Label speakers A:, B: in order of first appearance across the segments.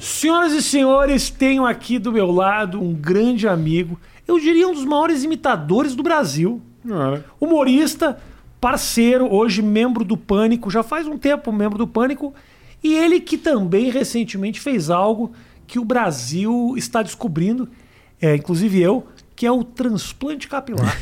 A: Senhoras e senhores, tenho aqui do meu lado um grande amigo, eu diria um dos maiores imitadores do Brasil.
B: Cara,
A: Humorista, parceiro, hoje membro do Pânico, já faz um tempo membro do Pânico, e ele que também recentemente fez algo que o Brasil está descobrindo, é, inclusive eu, que é o transplante capilar.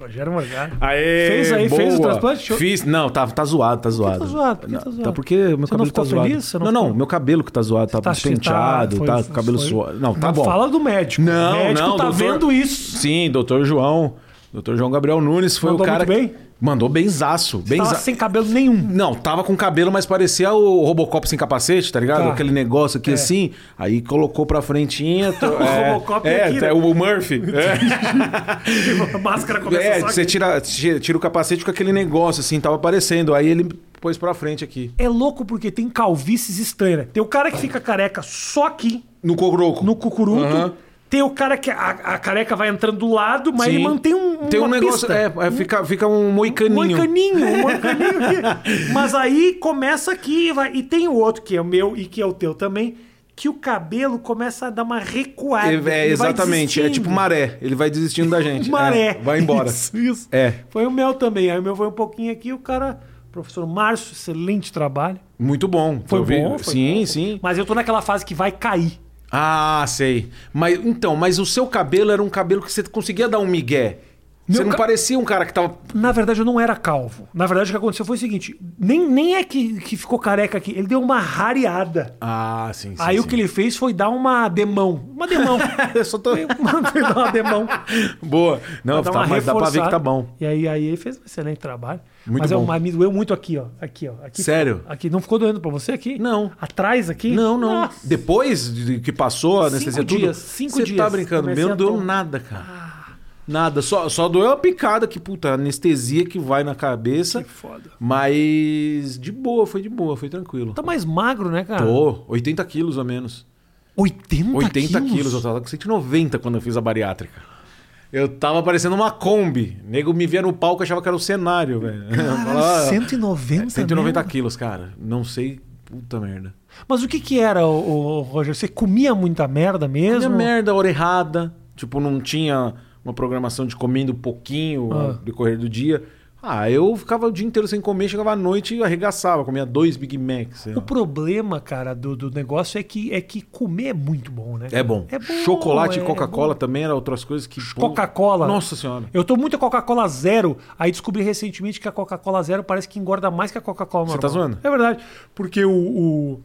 A: Rogério Morgado.
B: Aê,
A: Fez aí,
B: boa.
A: fez o transplante? Show.
B: Fiz. Não, tá, tá zoado, tá zoado.
A: tá zoado? Por que tá
B: Não,
A: zoado?
B: porque meu
A: Você não
B: cabelo
A: ficou
B: tá zoado.
A: feliz? Você não
B: não, não,
A: ficou-
B: meu cabelo que tá zoado, tá,
A: Tá
B: penteado,
A: foi-
B: tá,
A: foi-
B: cabelo
A: foi-
B: zoado. Não, tá bom.
A: Fala do médico.
B: Não,
A: o médico
B: não,
A: tá
B: doutor-
A: vendo isso.
B: Sim, doutor João. Doutor João Gabriel Nunes foi
A: Mandou
B: o cara.
A: muito bem?
B: Que... Mandou benzaço.
A: Tava
B: benza-
A: Tá sem cabelo nenhum.
B: Não, tava com cabelo, mas parecia o Robocop sem capacete, tá ligado?
A: Tá.
B: Aquele negócio aqui assim. Aí colocou pra frentinha. tô-
A: O
B: é,
A: Robocop
B: é,
A: aqui, né?
B: é o Murphy. É.
A: A máscara começa
B: É,
A: só
B: você
A: aqui.
B: tira, tira tira o capacete com aquele negócio, assim, tava aparecendo. Aí ele pôs pra frente aqui.
A: É louco porque tem calvícies estranhas. Tem o cara que fica careca só aqui,
B: No cogroco.
A: no cucuruto.
B: Aham.
A: Tem o cara que a, a careca vai entrando do lado, mas
B: Sim.
A: ele mantém um,
B: Tem um
A: uma
B: negócio.
A: pista.
B: É, é, fica, fica um moicaninho.
A: Moicaninho, um moicaninho aqui. Mas aí começa aqui e vai. E tem o outro, que é o meu e que é o teu também, que o cabelo começa a dar uma recuada.
B: É,
A: ele vai
B: é, exatamente. É
A: desistindo.
B: tipo maré. Ele vai desistindo da gente.
A: Maré.
B: É, vai embora.
A: Isso, isso.
B: É.
A: Foi o meu também. Aí o meu foi um pouquinho aqui, o cara. Professor Márcio, excelente trabalho.
B: Muito bom.
A: Foi
B: Eu vi-
A: bom, foi
B: sim,
A: bom.
B: sim.
A: Mas eu tô naquela fase que vai cair.
B: Ah, sei. Mas então, mas o seu cabelo era um cabelo que você conseguia dar um migué. você
A: Meu
B: não
A: ca-
B: parecia um cara que tava.
A: Na verdade, eu não era calvo. Na verdade, o que aconteceu foi o seguinte: nem, nem é que, que ficou careca aqui, ele deu uma rareada.
B: Ah, sim, sim.
A: Aí o
B: sim.
A: que ele fez foi dar uma demão. Uma demão.
B: Eu só tô.
A: Mandei dar uma demão.
B: Boa. Não,
A: um Pra dar uma
B: tá, mas dá pra ver que tá
A: reforçada.
B: bom.
A: E aí, aí ele fez um excelente trabalho.
B: Muito
A: mas, É,
B: bom.
A: mas me doeu muito aqui, ó. Aqui, ó. Aqui,
B: Sério?
A: Aqui. Não ficou doendo pra você aqui?
B: Não.
A: Atrás aqui?
B: Não, não.
A: Nossa.
B: Depois de que passou a
A: Cinco
B: anestesia
A: dias,
B: tudo,
A: cinco
B: você
A: dias.
B: tá brincando,
A: Comecei
B: meu não
A: a Ah.
B: doeu
A: tom-
B: nada, cara. Nada, só, só doeu a picada que, puta, a anestesia que vai na cabeça.
A: Que foda.
B: Mas de boa, foi de boa, foi tranquilo.
A: Tá mais magro, né, cara?
B: Tô, 80 quilos a menos.
A: 80,
B: 80
A: quilos?
B: quilos? eu tava com 190 quando eu fiz a bariátrica. Eu tava parecendo uma Kombi. Nego me via no palco achava que era o cenário, velho. "Ah, Eu falava,
A: Caralho,
B: é,
A: 190
B: 190
A: mesmo?
B: quilos, cara. Não sei, puta merda.
A: Mas o que que era, o, Roger? Você comia muita merda mesmo?
B: Tinha merda, hora errada. Tipo, não tinha uma programação de comendo pouquinho
A: Ah.
B: ao decorrer do dia. Ah, eu ficava o dia inteiro sem comer, chegava à noite e arregaçava, comia dois Big Macs. sei
A: O
B: lá.
A: problema, cara, do, do negócio é que, é que comer é muito bom, né?
B: É bom.
A: É bom,
B: Chocolate
A: é
B: e Coca-Cola
A: bom.
B: também era outras coisas que. pô,
A: Coca-Cola.
B: Nossa senhora.
A: Eu tomo muita Coca-Cola zero. Aí descobri recentemente que a Coca-Cola zero parece que engorda mais que a Coca-Cola normal.
B: tá zoando?
A: É verdade. Porque o, o,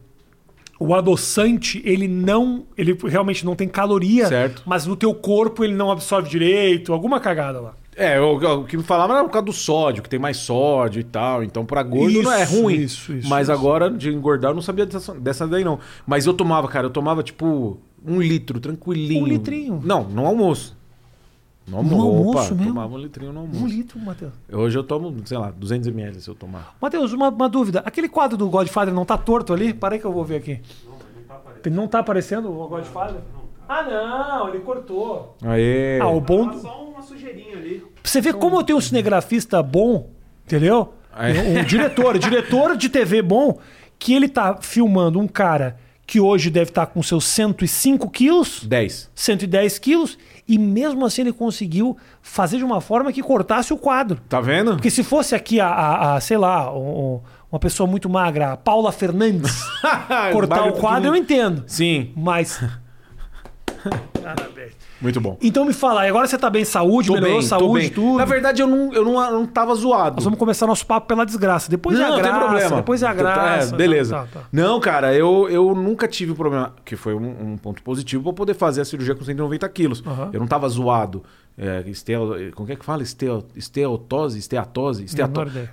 A: o adoçante, ele não. Ele realmente não tem caloria.
B: Certo.
A: Mas no teu corpo ele não absorve direito. Alguma cagada lá.
B: É, o, o que me falavam era por causa do sódio, que tem mais sódio e tal. Então, pra gordo não é
A: Isso,
B: ruim.
A: isso, isso,
B: Mas
A: isso.
B: agora, de engordar, eu não sabia dessa, dessa daí, não. Mas eu tomava, cara, eu tomava tipo um litro, tranquilinho.
A: Um litrinho?
B: Não, no almoço. No almoço.
A: almoço
B: opa,
A: mesmo?
B: Tomava um litrinho no almoço.
A: Um litro, Matheus.
B: Hoje eu tomo, sei lá, 200 ml se eu tomar.
A: Matheus, uma, uma dúvida. Aquele quadro do Godfather não tá torto ali? Para aí que eu vou ver aqui. Ele Não tá aparecendo o Godfather? Ah, não, ele cortou.
B: Aê!
A: Ah, o bom.
C: Tá Só uma sujeirinha ali.
A: Você vê como eu tenho um cinegrafista bom, entendeu?
B: É.
A: Um, um diretor, diretor de TV bom, que ele tá filmando um cara que hoje deve estar com seus 105 quilos,
B: 10.
A: 110 quilos, e mesmo assim ele conseguiu fazer de uma forma que cortasse o quadro.
B: Tá vendo?
A: Porque se fosse aqui a, a- a, sei lá, um- um- uma pessoa muito magra, a Paula Fernandes, cortar
B: Bagulho
A: o quadro, eu
B: pequenininho.
A: entendo.
B: Sim,
A: Mas. Parabéns.
B: muito bom.
A: Então me fala, e agora você tá bem de saúde, melhorou a saúde, tudo?
B: Na verdade, eu não, eu não, eu não tava zoado.
A: Nós vamos começar nosso papo pela desgraça. Depois é a
B: não,
A: graça.
B: tem problema.
A: Depois é a graça.
B: É, beleza.
A: Tá, tá.
B: Não, cara, eu, eu nunca tive problema, que foi um, um ponto positivo pra eu poder fazer a cirurgia com 190 quilos.
A: Aham.
B: Eu não tava zoado. É, esteo, como é que fala? Esteo, esteotose, esteatose, esteato...
A: Menor é ideia.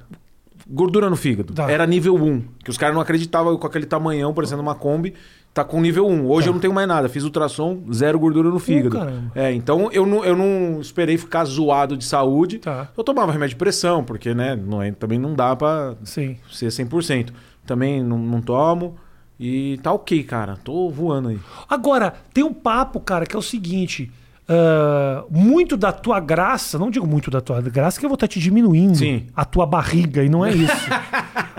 B: Gordura no fígado.
A: Tá.
B: Era nível 1. Que os caras não acreditavam eu com aquele tamanhão, parecendo uma Kombi. Tá com nível 1. Hoje eu não tenho mais nada. Fiz ultrassom, zero gordura no fígado.
A: caramba.
B: é, então eu não, eu não esperei ficar zoado de saúde.
A: Tá.
B: Eu tomava remédio de pressão, porque, né, não é- também não dá pra
A: Sim.
B: Tipo, ser 100%. Também não, não tomo. E tá ok, cara. Tô voando aí.
A: Agora, tem um papo, cara, que é o seguinte. ah, muito da tua graça, não digo muito da tua graça, que eu vou estar te tá diminuindo
B: Sim.
A: a tua barriga, e não é isso.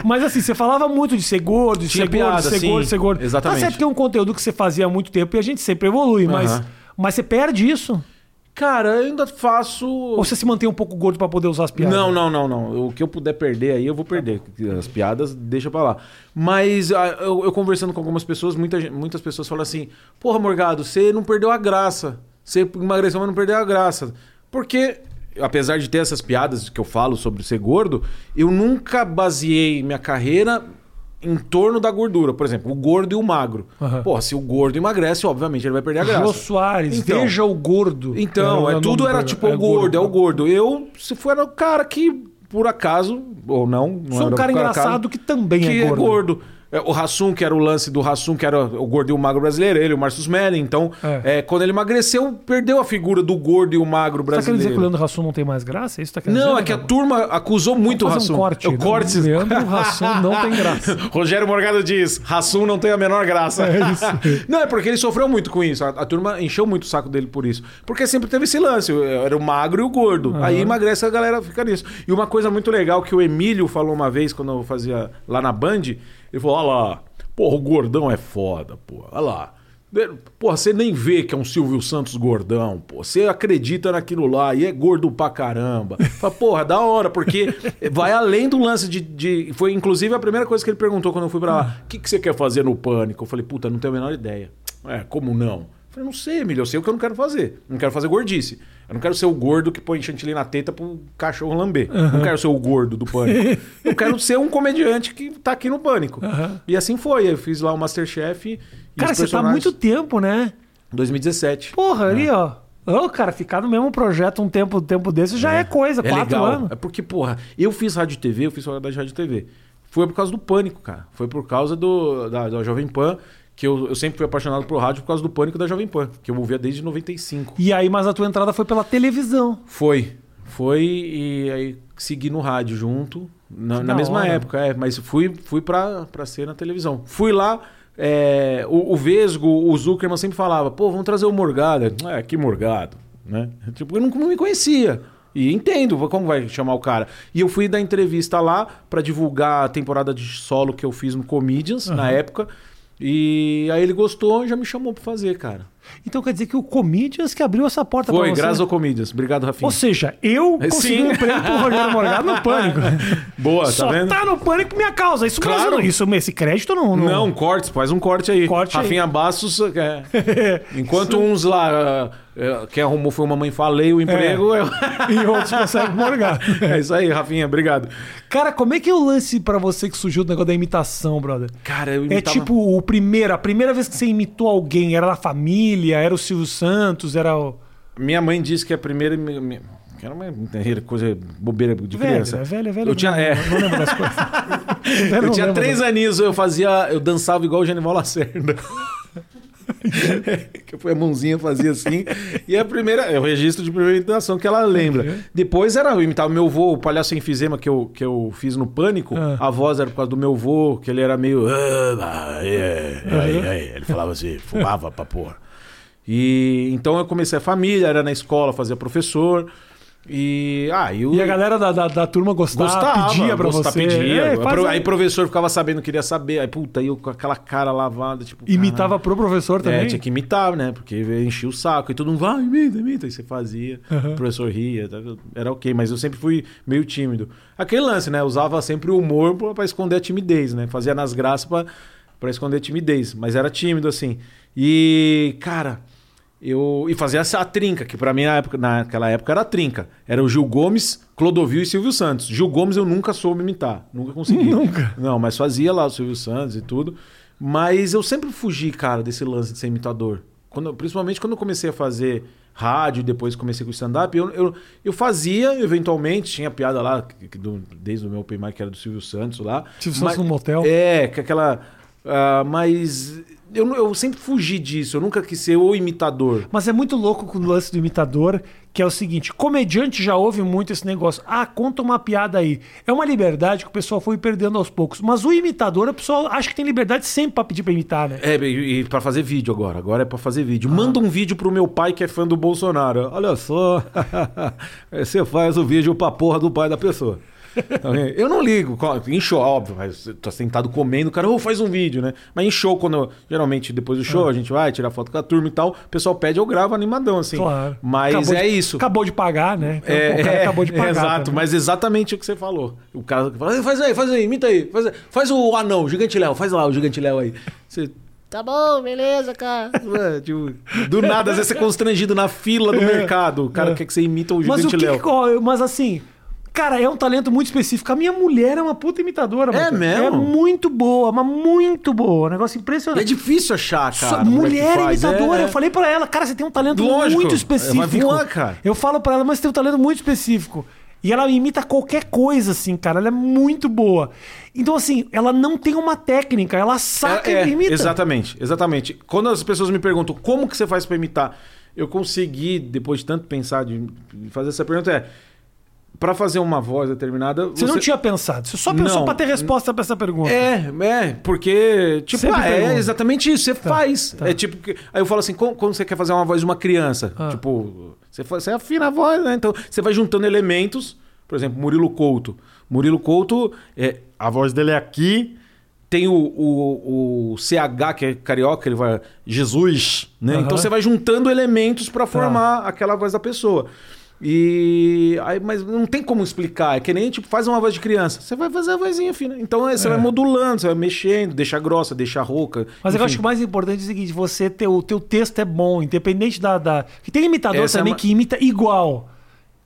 A: Mas assim, você falava muito de ser gordo, de
B: Tinha
A: ser gordo, de
B: piada,
A: ser
B: sim.
A: gordo, de ser gordo.
B: Exatamente.
A: Tá certo que é um conteúdo que você fazia há muito tempo e a gente sempre evolui, mas,
B: Aham.
A: mas você perde isso?
B: Cara, eu ainda faço.
A: Ou você se mantém um pouco gordo pra poder usar as piadas?
B: Não, não, não, não. O que eu puder perder aí, eu vou perder. As piadas, deixa pra lá. Mas ah, eu, eu conversando com algumas pessoas, muita gen- muitas pessoas falam assim: Porra, Morgado, você não perdeu a graça. Você emagreceu, mas não perdeu a graça. Porque, apesar de ter essas piadas que eu falo sobre ser gordo, eu nunca baseei minha carreira em torno da gordura. Por exemplo, o gordo e o magro.
A: Aham.
B: Porra, se o gordo emagrece, obviamente ele vai perder a graça.
A: Jô Soares,
B: Então.
A: veja o gordo. Era o
B: Então, é,
A: nome
B: tudo
A: do programa.
B: era tipo o gordo, é o gordo. Eu, se for era o cara que, por acaso, ou não, não
A: Sou um
B: era
A: cara
B: por
A: engraçado
B: acaso,
A: que também
B: que
A: é gordo.
B: É, O Rassum, que era o lance do Rassum, que era o gordo e o magro brasileiro, ele, o Marcus Melling. Então,
A: É.
B: é, quando ele emagreceu, perdeu a figura do gordo e o magro
A: Tá querendo dizer que o
B: brasileiro.
A: Leandro Rassum não tem mais graça? É isso que tá querendo
B: Não,
A: dizer,
B: é que a
A: Leandro?
B: turma acusou muito o
A: Vamos fazer
B: Rassum.
A: um corte.
B: É o corte.
A: Leandro Rassum não tem graça.
B: Ah, Rogério Morgado diz: Rassum não tem a menor graça.
A: É isso.
B: não, é porque ele sofreu muito com isso. A, a turma encheu muito o saco dele por isso. Porque sempre teve esse lance: eu- eu era o magro e o gordo. Aí emagrece a galera fica nisso. E uma coisa muito legal que o Emílio falou uma vez quando eu fazia lá na Band: ele falou, olha lá, porra, o gordão é foda, porra, olha lá. Porra, É, você nem vê que é um Silvio Santos gordão, pô. Você acredita naquilo lá e é gordo pra caramba. Fala, porra, da hora, porque vai além do lance de, de- Foi inclusive a primeira coisa que ele perguntou quando eu fui pra lá: o que, que você quer fazer no pânico? Eu falei, puta, não tenho a menor ideia. É, como não? Eu falei, não sei, Emílio, eu sei o que eu não quero fazer. Não quero fazer gordice. Eu não quero ser o gordo que põe chantilly na teta pro cachorro lamber. Não quero ser o gordo do pânico. eu quero ser um comediante que tá aqui no pânico.
A: Aham.
B: E assim foi. Eu fiz lá o Masterchef. E
A: Cara,
B: os
A: você tá há
B: personagens-
A: muito tempo, né?
B: 2017.
A: Porra,
B: É.
A: ali, ó. Ô, cara, ficar no mesmo projeto um tempo, um tempo desse já é, coisa,
B: é
A: quatro
B: legal.
A: anos.
B: É porque, porra, eu fiz rádio e TV, eu fiz faculdade de rádio e TV. Foi por causa do pânico, cara. Foi por causa do, da, da Jovem Pan, que eu, eu sempre fui apaixonado por rádio por causa do pânico da Jovem Pan, que eu ouvia desde 95.
A: E aí, mas a tua entrada foi pela televisão.
B: Foi. Foi e aí segui no rádio junto, na,
A: Que
B: na
A: da
B: mesma
A: hora.
B: época, é, mas fui, fui pra, pra ser na televisão. Fui lá, é, o, o Vesgo, o Zuckerman sempre falava, pô, vamos trazer o Morgado. Eu, É, que Morgado, né? Tipo, eu nunca me conhecia. E entendo como vai chamar o cara. E eu fui dar entrevista lá pra divulgar a temporada de solo que eu fiz no Comedians, na época. E aí ele gostou e já me chamou pra fazer, cara.
A: Então quer dizer que o Comedians que abriu essa porta pra
B: Foi,
A: Tá você.
B: graças ao Comedians. Obrigado, Rafinha.
A: Ou seja, eu
B: É,
A: consegui
B: sim.
A: um emprego pro Rogério Morgado no Pânico.
B: Boa, tá
A: Só
B: vendo?
A: tá no Pânico por minha causa. Isso,
B: Claro.
A: mesmo, isso esse crédito não...
B: Não, cortes, faz um corte aí.
A: Corte aí.
B: Rafinha Bastos. é. Enquanto uns lá. é, é, Quem arrumou foi uma mãe, falei o emprego.
A: É.
B: eu-
A: E outros conseguem Morgado.
B: É, isso aí, Rafinha, obrigado.
A: Cara, como é que é o lance pra você que surgiu do negócio da imitação, brother?
B: Cara, eu
A: É
B: imitava-
A: tipo o primeiro, a primeira vez que você imitou alguém, era na família, era o Silvio Santos, era o.
B: Minha mãe disse que a primeira. mi- mi- que Era uma coisa bobeira de
A: Velho,
B: criança.
A: é velho, é velho.
B: Eu tinha,
A: não,
B: é,
A: não lembro das coisas.
B: eu
A: não
B: tinha
A: lembro
B: três aninhos, eu fazia. Eu dançava igual o Genival Lacerda. que eu fui a mãozinha, fazia assim. E a primeira, é o registro de primeira imitação que ela lembra. Depois era eu imitava meu avô, o palhaço enfisema que eu, que eu fiz no Pânico.
A: Ah.
B: A voz era por causa do meu avô, que ele era meio. "Ah, é, é, é, é." Ele falava assim, fumava pra porra. E então eu comecei a família, era na escola, fazia professor. E, ah, e, o-
A: E a galera da, da, da turma gostava,
B: Gostava,
A: pedia pra
B: gostava,
A: você.
B: Pedia.
A: É, faz
B: Aí
A: aí.
B: o professor ficava sabendo, queria saber. Aí, puta, aí eu com aquela cara lavada, tipo.
A: Imitava pro professor
B: caralho.
A: também.
B: É, tinha que imitar, né? Porque enchia o saco. E todo mundo, vai, imita, imita. Aí você fazia. O professor ria. tá? Era ok, mas eu sempre fui meio tímido. Aquele lance, né? Usava sempre o humor pra, pra esconder a timidez, né? Fazia nas graças pra, pra esconder a timidez. Mas era tímido, assim. E, cara. Eu, e fazia essa trinca, que pra mim na época- naquela época era a trinca. Era o Gil Gomes, Clodovil e Silvio Santos. Gil Gomes eu nunca soube imitar, nunca consegui. Nunca. Não, mas fazia lá o Silvio Santos e tudo. Mas eu sempre fugi, cara, desse lance de ser imitador. Quando, principalmente quando eu comecei a fazer rádio, depois comecei com stand-up, eu, eu, eu fazia, eventualmente, tinha piada lá, que- que do- desde o meu open mic, que era do Silvio Santos lá.
A: Silvio Santos no motel.
B: É, que aquela. ah, mas eu, não- eu sempre fugi disso, eu nunca quis ser o imitador.
A: Mas é muito louco com o lance do imitador, que é o seguinte: comediante já ouve muito esse negócio. Ah, conta uma piada aí. É uma liberdade que o pessoal foi perdendo aos poucos. Mas o imitador, o pessoal acha que tem liberdade sempre pra pedir pra imitar, né?
B: É, e, e pra fazer vídeo agora. Agora é pra fazer vídeo. Manda um vídeo pro meu pai que é fã do é, Bolsonaro. Olha só, você faz o vídeo pra porra do pai da pessoa. Tá vendo? eu não ligo. co- Em show, óbvio, mas tá sentado comendo, o cara, "Ô, faz um vídeo, né? Mas em show, quando. eu- Geralmente, depois do
A: É.
B: show, a gente vai tirar foto com a turma e tal. O pessoal pede, eu gravo animadão, assim.
A: Claro.
B: Mas
A: Acabou
B: é
A: de-
B: isso. É,
A: Acabou de pagar, né? Então, o cara acabou de pagar. tá
B: Exato,
A: também.
B: mas exatamente o que você falou. O cara fala, "Ei, faz aí, faz aí, imita aí. Faz, aí, faz o anão, o gigante Léo, faz lá o gigante Léo aí. Você,
C: Tá bom, beleza, cara.
B: ué, tipo, do nada, às vezes você é constrangido na fila do mercado. O cara
A: é.
B: quer que você imita o
A: Mas o
B: gigante
A: que,
B: Léo.
A: que- ó, mas assim, cara, é um talento muito específico. A minha mulher é uma puta imitadora,
B: É
A: mano.
B: mesmo?
A: É muito boa, mas muito boa. Um negócio
B: E É
A: impressionante.
B: difícil achar,
A: Só
B: cara. como é que
A: mulher
B: faz.
A: imitadora,
B: É,
A: eu falei pra ela, cara, você tem um talento
B: Lógico,
A: muito
B: vai
A: específico.
B: voar, cara.
A: Eu falo pra ela, mas você tem um talento muito específico. E ela imita qualquer coisa, assim, cara. Ela é muito boa. Então, assim, ela não tem uma técnica, ela saca
B: É,
A: e imita.
B: Exatamente, exatamente. Quando as pessoas me perguntam como que você faz pra imitar, eu consegui, depois de tanto pensar, de fazer essa pergunta, é. Pra fazer uma voz determinada.
A: Você, não tinha pensado, você só pensou
B: Não.
A: pra ter resposta pra essa pergunta.
B: É, é, porque, tipo,
A: Sempre
B: ah, é
A: pergunta.
B: exatamente isso, você faz.
A: tá.
B: É tipo, que- aí eu falo assim, como, como você quer fazer uma voz de uma criança?
A: Ah.
B: Tipo, você, fa- você afina a voz, né? Então, você vai juntando elementos, por exemplo, Murilo Couto. Murilo Couto, é, a voz dele é aqui, tem o, o, o CH, que é carioca, ele vai, Jesus, né?
A: Aham.
B: Então, você vai juntando elementos
A: Tá.
B: pra formar aquela voz da pessoa. E aí, mas não tem como explicar, é que nem tipo, faz uma voz de criança. Você vai fazer a vozinha fina. Então aí você vai modulando, você vai mexendo, deixa grossa, deixa rouca.
A: É. Mas eu
B: enfim.
A: acho que o mais importante é o seguinte: você ter o teu texto é bom, independente da. da... Que tem imitador
B: Essa é
A: também
B: uma-
A: que imita igual.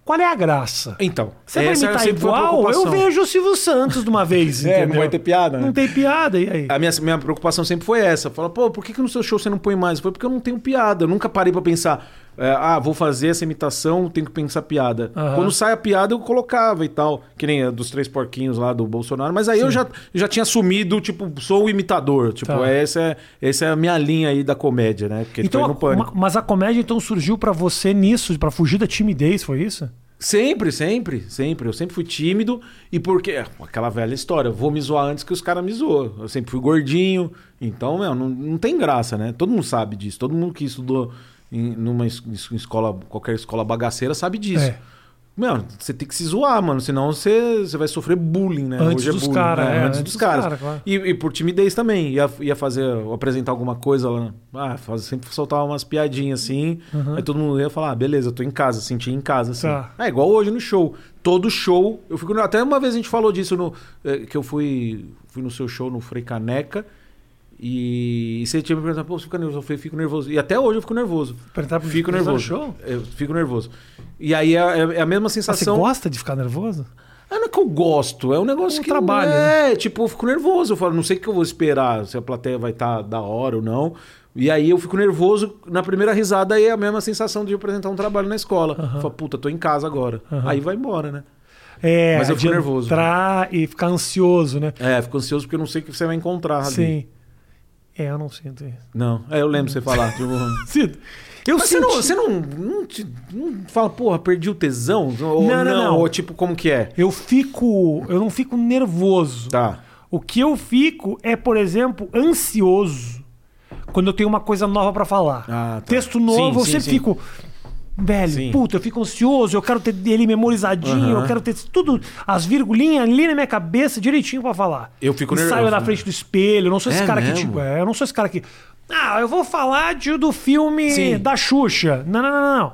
A: Qual é a graça?
B: Então,
A: Você vai
B: essa
A: imitar
B: sempre foi a
A: igual? Eu
B: preocupação.
A: vejo o Silvio Santos de uma vez.
B: É, não
A: entendeu?
B: vai ter piada, né? É,
A: Não tem piada, e aí?
B: A minha, minha preocupação sempre foi essa. Fala, pô, por que, que no seu show você não põe mais? Foi porque eu não tenho piada. Eu nunca parei pra pensar, é, ah, vou fazer essa imitação, tenho que pensar piada.
A: Aham.
B: Quando sai a piada, eu colocava e tal. Que nem a dos três porquinhos lá do Bolsonaro. Mas aí eu já, já tinha assumido, tipo, sou o imitador. Tipo,
A: Tá.
B: essa, é, essa é a minha linha aí da comédia, né? Porque
A: Então,
B: então,
A: a-
B: no pânico.
A: ma- mas a comédia então surgiu pra você nisso, pra fugir da timidez, foi isso? Ah,
B: Sempre, sempre, sempre. Eu sempre fui tímido e porque. é, Aquela velha história, eu vou me zoar antes que os caras me zoam. Eu sempre fui gordinho, então, meu, não, não tem graça, né? Todo mundo sabe disso. Todo mundo que estudou em, numa es- es- escola, qualquer escola bagaceira, sabe disso.
A: É.
B: Meu, você tem que se zoar, mano, senão você, você vai sofrer bullying, né?
A: Antes dos
B: bullying,
A: cara,
B: né?
A: é,
B: antes dos caras.
A: cara, claro.
B: E, e por timidez também. Ia, ia fazer, apresentar alguma coisa lá. Ah, faz- sempre soltava umas piadinhas assim. Aí todo mundo ia falar, ah, beleza, eu tô em casa, senti em casa, assim.
A: Tá.
B: É igual hoje no show. Todo show. Eu fico. Até uma vez a gente falou disso no. eh, Que eu fui. Fui no seu show no Frei Caneca. E, e você tinha me perguntado, pô, você fica nervoso? Eu falei, fico nervoso. E até hoje eu fico nervoso.
A: Perguntar pra-
B: Fico
A: pra usar no
B: nervoso.
A: show?
B: Eu fico nervoso. E aí é, é- é a mesma
A: Ah, Você
B: sensação.
A: gosta de ficar nervoso?
B: Ah, não é que eu gosto, é um negócio
A: Um
B: que.
A: trabalho,
B: É, tipo, eu fico nervoso. Eu falo, não sei o que eu vou esperar, se a plateia vai estar da hora ou não. E aí eu fico nervoso. Na primeira risada aí é a mesma sensação de eu apresentar um trabalho na escola. Eu falo, puta, tô em casa agora. Aí vai embora, né?
A: É,
B: Mas eu
A: de
B: fico nervoso.
A: Entrar e ficar ansioso, né?
B: É, fico ansioso porque eu não sei o que você vai encontrar ali.
A: Sim. É, eu não sinto isso.
B: Não, é, eu lembro você falar. tipo,
A: Sinto. Eu
B: Mas você
A: senti...
B: não, você não, não, te- não fala, porra, perdi o tesão? Ou
A: Não, não, não.
B: Ou tipo, como que é?
A: Eu fico. Eu não fico nervoso.
B: Tá.
A: O que eu fico é, por exemplo, ansioso quando eu tenho uma coisa nova pra falar.
B: Ah, tá.
A: Texto novo,
B: Sim,
A: eu
B: sim,
A: sempre
B: sim.
A: fico. Velho,
B: Sim.
A: puta, eu fico ansioso, eu quero ter ele memorizadinho,
B: Aham.
A: eu quero ter tudo, as virgulinhas ali na minha cabeça direitinho pra falar.
B: Eu fico
A: E
B: nervoso,
A: Saio na
B: né?
A: frente do espelho, eu não sou esse
B: É
A: cara que,
B: mesmo?
A: tipo, é, eu não sou esse cara que. Ah, eu vou falar de, do filme
B: Sim.
A: da Xuxa. Não, não, não, não.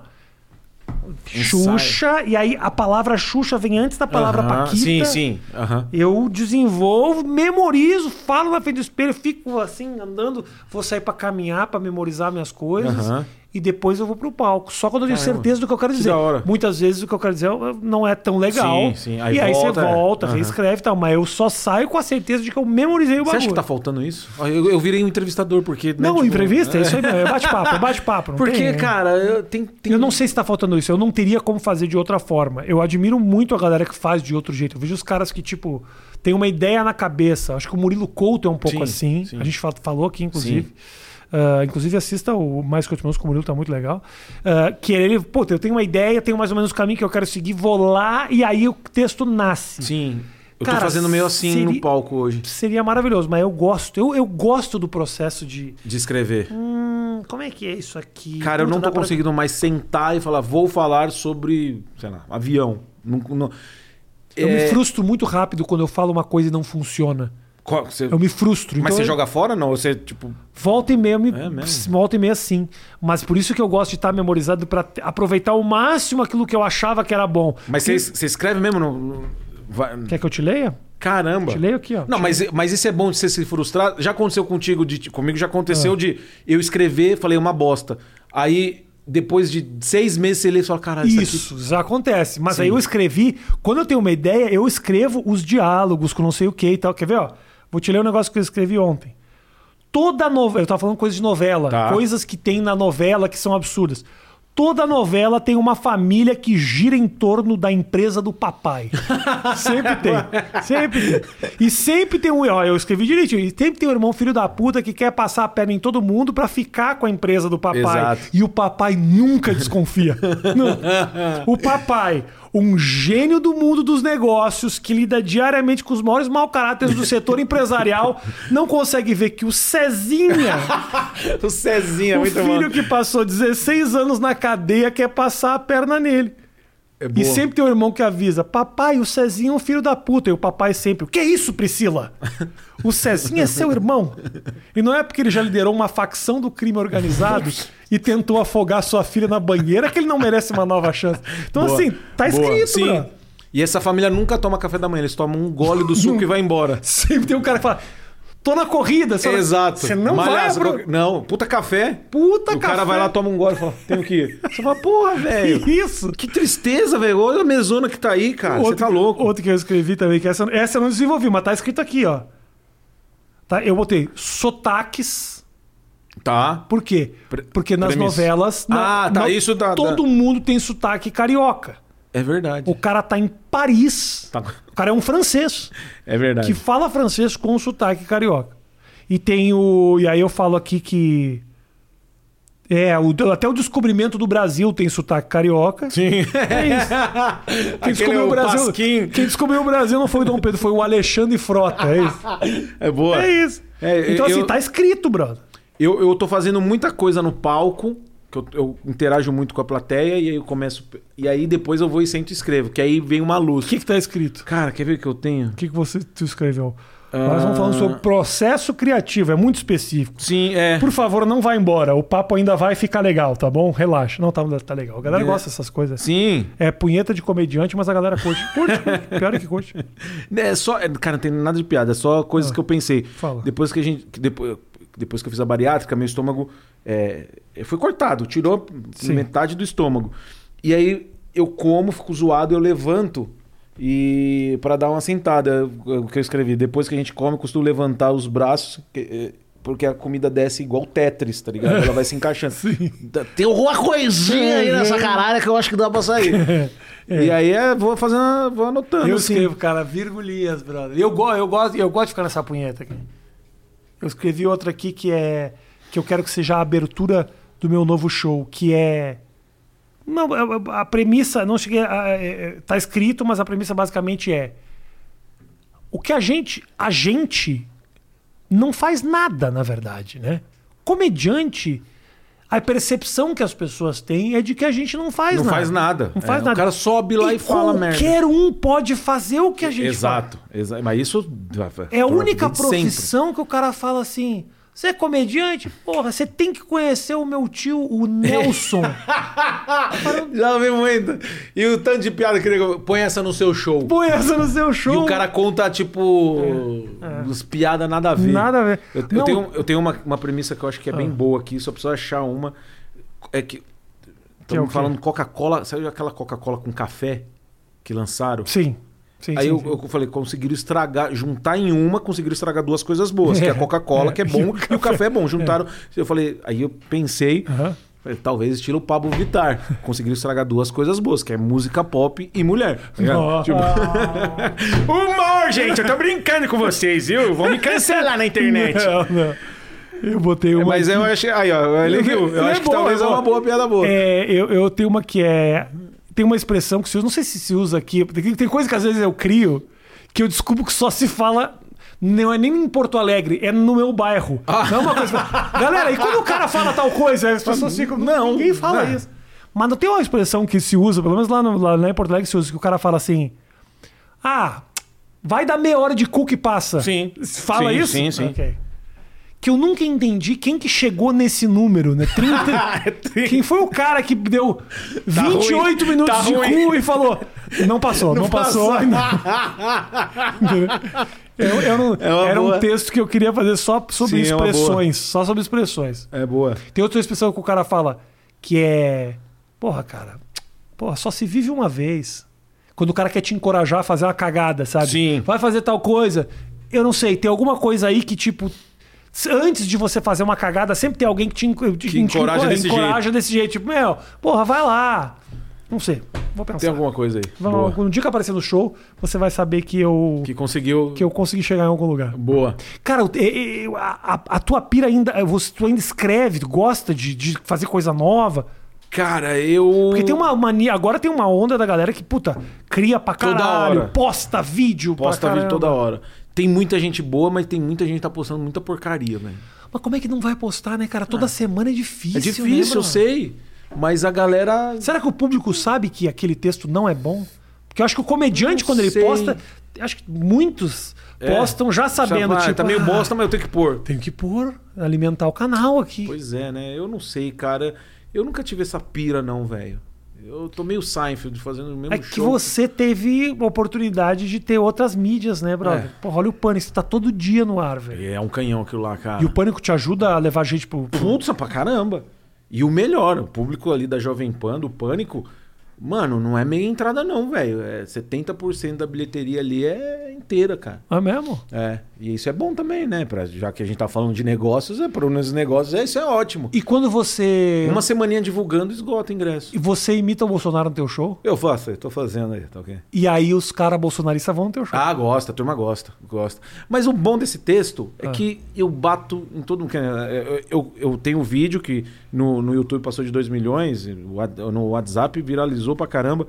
B: Ensaio.
A: Xuxa, e aí a palavra Xuxa vem antes da palavra
B: Aham,
A: Paquita.
B: Sim, sim. Aham.
A: Eu desenvolvo, memorizo, falo na frente do espelho, fico assim, andando, vou sair pra caminhar, pra memorizar minhas coisas.
B: Aham.
A: E depois eu vou pro palco. Só quando eu tenho
B: Caramba,
A: certeza do que eu quero dizer.
B: da hora.
A: Muitas vezes o que eu quero dizer não é tão legal.
B: Sim, sim. Aí
A: e aí
B: volta,
A: você
B: é.
A: volta,
B: Aham.
A: reescreve e tal. Mas eu só saio com a certeza de que eu memorizei o
B: Você
A: bagulho.
B: acha que tá faltando isso? Ah, Eu, eu virei um entrevistador, porque. né,
A: Não,
B: tipo,
A: entrevista? É isso aí mesmo. É bate-papo, é bate-papo. não
B: Porque,
A: tem-
B: cara, eu, tem, tem-
A: Eu não sei se tá faltando isso. Eu não teria como fazer de outra forma. Eu admiro muito a galera que faz de outro jeito. Eu vejo os caras que, tipo, tem uma ideia na cabeça. Acho que o Murilo Couto é um pouco
B: Sim,
A: assim.
B: sim.
A: A gente fa- falou aqui, inclusive. Ah, inclusive, assista o Mais Continuamos com o Murilo, tá muito legal. Ah, que ele, pô, eu tenho uma ideia, tenho mais ou menos o caminho que eu quero seguir, vou lá e aí o texto nasce.
B: Sim. Eu
A: Cara,
B: tô fazendo meio assim
A: seria-
B: no palco hoje,
A: Seria maravilhoso, mas eu gosto. Eu, eu gosto do processo de.
B: de escrever.
A: Hum, como é que é isso aqui?
B: Cara, eu
A: Puta,
B: não tô
A: dá pra-
B: conseguindo mais sentar e falar, vou falar sobre, sei lá, avião. Não- não-
A: Eu me
B: É.
A: frustro muito rápido quando eu falo uma coisa e não funciona.
B: Qual- você-
A: Eu me frustro.
B: Mas
A: Então,
B: você
A: eu-
B: joga fora não? Você, tipo.
A: Volta e meia, eu me...
B: É mesmo?
A: volta e meia sim. Mas por isso que eu gosto de estar memorizado pra te- aproveitar o máximo aquilo que eu achava que era bom.
B: Mas você, você escreve mesmo no. no- vai-
A: Quer que eu te leia?
B: Caramba.
A: Te leio aqui, ó.
B: Não, mas, mas isso é bom de você se frustrar. Já aconteceu contigo, de, comigo já aconteceu
A: Ah.
B: de eu escrever, falei uma bosta. Aí, depois de seis meses, você lê e fala, caralho, isso, aqui-
A: Isso, já acontece. Mas aí eu escrevi, quando eu tenho uma ideia, eu escrevo os diálogos com não sei o que e tal. Quer ver, ó? Vou te ler um negócio que eu escrevi ontem. Toda novela. Eu tava falando coisas de novela,
B: Tá.
A: coisas que tem na novela que são absurdas. Toda novela tem uma família que gira em torno da empresa do papai. sempre tem. Sempre tem. E sempre tem um. Ó, eu escrevi direitinho. E sempre tem um irmão filho da puta que quer passar a perna em todo mundo pra ficar com a empresa do papai.
B: Exato.
A: E o papai nunca desconfia. Nunca. o papai, um gênio do mundo dos negócios, que lida diariamente com os maiores mau caráteres do setor empresarial, não consegue ver que o Cezinha,
B: O Cezinha é
A: o
B: muito bom.
A: filho que passou 16 anos na cadeia, quer passar a perna nele.
B: É
A: E
B: boa.
A: sempre tem um irmão que avisa: Papai, o Cezinha é um filho da puta. E o papai sempre: O que é isso, Priscila? O Cezinha é seu irmão. E não é porque ele já liderou uma facção do crime organizado e tentou afogar sua filha na banheira que ele não merece uma nova chance. Então,
B: Boa.
A: assim, tá
B: Boa.
A: escrito,
B: Sim.
A: bro.
B: E essa família nunca toma café da manhã, eles tomam um gole do suco e vai embora.
A: Sempre tem um cara que fala: Tô na corrida, senhora."
B: Exato.
A: Você não
B: Malhaça,
A: vai,
B: qualquer-
A: bro.
B: Não, puta café.
A: Puta
B: o cara vai lá, toma um gole e fala, tenho que ir. Você fala, porra, velho.
A: Isso.
B: Que tristeza, velho. Olha a mesona que tá aí, cara. Você tá louco.
A: Outro que eu escrevi também, que essa, essa eu não desenvolvi, mas tá escrito aqui, ó. Tá, eu botei sotaques.
B: Tá.
A: Por quê?
B: Pre-
A: Porque nas
B: premissa.
A: novelas.
B: Ah, tá, isso dá-
A: Todo
B: dá.
A: mundo tem sotaque carioca.
B: É verdade.
A: O cara tá em Paris.
B: Tá.
A: O cara é um francês
B: É verdade.
A: que fala francês com sotaque carioca. E tem o. E aí eu falo aqui que. É, o- até o descobrimento do Brasil tem sotaque carioca.
B: Sim. é
A: É isso. Quem descobriu, o Brasil,
B: Pasquim.
A: quem descobriu o Brasil não foi o Dom Pedro, foi o Alexandre Frota. É isso.
B: É boa.
A: É isso.
B: É,
A: então, assim,
B: eu-
A: tá escrito, brother.
B: Eu, eu tô fazendo muita coisa no palco, que eu, eu interajo muito com a plateia, e aí eu começo. E aí depois eu vou e sento e escrevo, que aí vem uma luz.
A: O que, que tá escrito?
B: Cara, quer ver o que eu tenho?
A: O que, que você tu escreveu?
B: Ah.
A: Nós vamos falando sobre processo criativo, é muito específico.
B: Sim, é.
A: Por favor, não vá embora. O papo ainda vai ficar legal, tá bom? Relaxa. Não, tá, tá legal. A galera
B: É.
A: gosta dessas coisas.
B: Sim.
A: É punheta de comediante, mas a galera curte. Curte, curte. Pior é que curte.
B: É só, é, cara, não tem nada de piada, é só coisas que eu pensei.
A: Ah, Fala.
B: Depois que a gente. que depois, depois que eu fiz a bariátrica, meu estômago é, foi cortado, tirou
A: Sim.
B: metade do estômago. E aí eu como, fico zoado, eu levanto e para dar uma sentada, é o que eu escrevi. Depois que a gente come, eu costumo levantar os braços. que- é, porque a comida desce igual Tetris, tá ligado? Ela vai se encaixando. Tá- Tem alguma coisinha aí nessa caralha que eu acho que dá pra sair. E aí é, vou fazendo, vou anotando.
A: Eu
B: assim.
A: escrevo, cara, virgulinhas, brother. Eu, go, eu, gosto, eu gosto de ficar nessa punheta aqui. Eu escrevi outra aqui que é. que eu quero que seja a abertura do meu novo show, que é. Não, a- a a premissa, não cheguei. A, é- é- tá escrito, mas a premissa basicamente é. O que a gente. A gente não faz nada, na verdade, né? Comediante. A percepção que as pessoas têm é de que a gente não faz
B: Não
A: nada.
B: faz nada.
A: Não faz
B: É,
A: nada.
B: O cara sobe lá e, fala merda.
A: Qualquer um pode fazer o que a gente
B: Exato, exato. Mas isso.
A: faz. É a única
B: desde sempre.
A: profissão que o cara fala assim. Você é comediante? Porra, você tem que conhecer o meu tio,
B: É.
A: o Nelson.
B: Já vi muito. E o tanto de piada que ele põe essa no seu show.
A: Põe um- essa no seu show.
B: E o cara conta, tipo, uns piadas nada a ver.
A: É, Nada a ver.
B: Eu, eu
A: Não. Ah.
B: tenho, eu tenho uma, uma premissa que eu acho que é bem boa aqui, só preciso achar uma. É que.
A: é o
B: Estamos
A: quê?
B: falando Coca-Cola. Sabe aquela Coca-Cola com café que lançaram?
A: Sim. Sim,
B: Aí
A: sim,
B: eu,
A: sim.
B: eu falei, conseguiram estragar, juntar em uma, conseguiram estragar duas coisas boas, que é a Coca-Cola, que é bom, e o, café é bom. Juntaram. Eu falei, aí eu pensei,
A: Aham.
B: falei, talvez estilo Pablo Vittar. Conseguiram estragar duas coisas boas, que é música pop e mulher. tá ligado?
A: Nossa.
B: Tipo, Humor, gente, eu tô brincando com vocês, viu? Vão me cancelar na internet.
A: Não, não. Eu botei uma.
B: Mas É, eu achei. Aí, ó, ele riu. Eu
A: É
B: acho que
A: boa,
B: talvez
A: é
B: é uma
A: boa.
B: boa piada boa.
A: É, eu, eu tenho uma que é. Tem uma expressão que se usa, não sei se se usa aqui. Tem, tem coisa que às vezes eu crio que eu descubro que só se fala. Não é nem em Porto Alegre, é no meu bairro.
B: Ah.
A: Não é uma coisa. Galera, e quando o cara fala tal coisa, as pessoas ficam. Não, né?" ninguém fala
B: não.
A: isso. Mas não tem uma expressão que se usa, pelo menos lá, no- lá, lá em Porto Alegre se usa, que o cara fala assim. Ah, vai dar meia hora de cu que passa.
B: Sim.
A: Fala
B: Sim,
A: isso?
B: sim, sim.
A: Ok. Que eu nunca entendi quem que chegou nesse número, né? 30... quem foi o cara que deu 28
B: É ruim,
A: minutos
B: tá
A: de
B: ruim.
A: cu e falou: Não passou, não, passou. Eu, eu não-
B: É uma
A: era
B: boa.
A: um texto que eu queria fazer só sobre
B: Sim, é uma boa.
A: expressões. só sobre expressões.
B: É boa.
A: Tem outra expressão que o cara fala que é. Porra, cara. Porra, só se vive uma vez. Quando o cara quer te encorajar a fazer uma cagada, sabe?
B: Sim.
A: Vai fazer tal coisa. Eu não sei, tem alguma coisa aí que, tipo. s- Antes de você fazer uma cagada, sempre tem alguém que te, enco- te- te
B: encoraja
A: enco-
B: desse
A: encoraja
B: jeito.
A: desse jeito. Tipo, meu, porra, vai lá. Não sei, vou pensar.
B: Tem alguma coisa aí.
A: Vamos-
B: Boa.
A: Quando o dia que aparecer no show, você vai saber que eu,
B: Que conseguiu.
A: que eu consegui chegar em algum lugar.
B: Boa.
A: Cara, eu- eu- eu- a, a- a tua pira ainda. eh, Você, tu ainda escreve, tu gosta de, de fazer coisa nova.
B: Cara, eu.
A: Porque tem uma mania. Agora tem uma onda da galera que, puta, cria pra
B: Toda
A: caralho,
B: hora.
A: posta vídeo. pra
B: Posta vídeo
A: caramba.
B: toda hora. Tem muita gente boa, mas tem muita gente que tá postando muita porcaria, velho.
A: Mas como é que não vai postar, né, cara? Toda semana é difícil.
B: É difícil,
A: né,
B: eu
A: mano?
B: sei. Mas a galera.
A: Será que o público sabe que aquele texto não é bom? Porque eu acho que o comediante,
B: Não
A: quando ele
B: sei.
A: posta, acho que muitos
B: É.
A: postam já sabendo,
B: Ah,
A: tipo.
B: Tá meio
A: "Ah,
B: bosta, mas eu tenho que pôr.
A: Tenho que pôr, alimentar o canal aqui.
B: Pois é, né? Eu não sei, cara. Eu nunca tive essa pira, não, velho. Eu tô meio Seinfeld fazendo o mesmo
A: É que
B: show.
A: você teve oportunidade de ter outras mídias, né, brother?
B: É.
A: Porra, olha o pânico, você tá todo dia no ar, velho.
B: É um canhão aquilo lá, cara.
A: E o pânico te ajuda a levar gente pro. pro-
B: Putz, pra caramba. E o melhor, o público ali da Jovem Pan, do Pânico, mano, não é meia entrada não, velho. É 70% da bilheteria ali é inteira, cara.
A: É mesmo?
B: É, e isso é bom também, né? Pra, já que a gente tá falando de negócios, é para nos negócios, é, isso é ótimo.
A: E quando você.
B: Uma semaninha divulgando, esgota o ingresso.
A: e Você imita o Bolsonaro no teu show?
B: Eu faço, eu tô fazendo aí, tá ok?
A: E aí os caras bolsonaristas vão no teu show.
B: Ah, gosta, a turma gosta, gosta. Mas o bom desse texto é
A: Ah.
B: que eu bato em todo mundo. Quer dizer, Eu, eu, eu tenho um vídeo que no, no YouTube passou de 2 milhões, e no Whats- no WhatsApp viralizou pra caramba,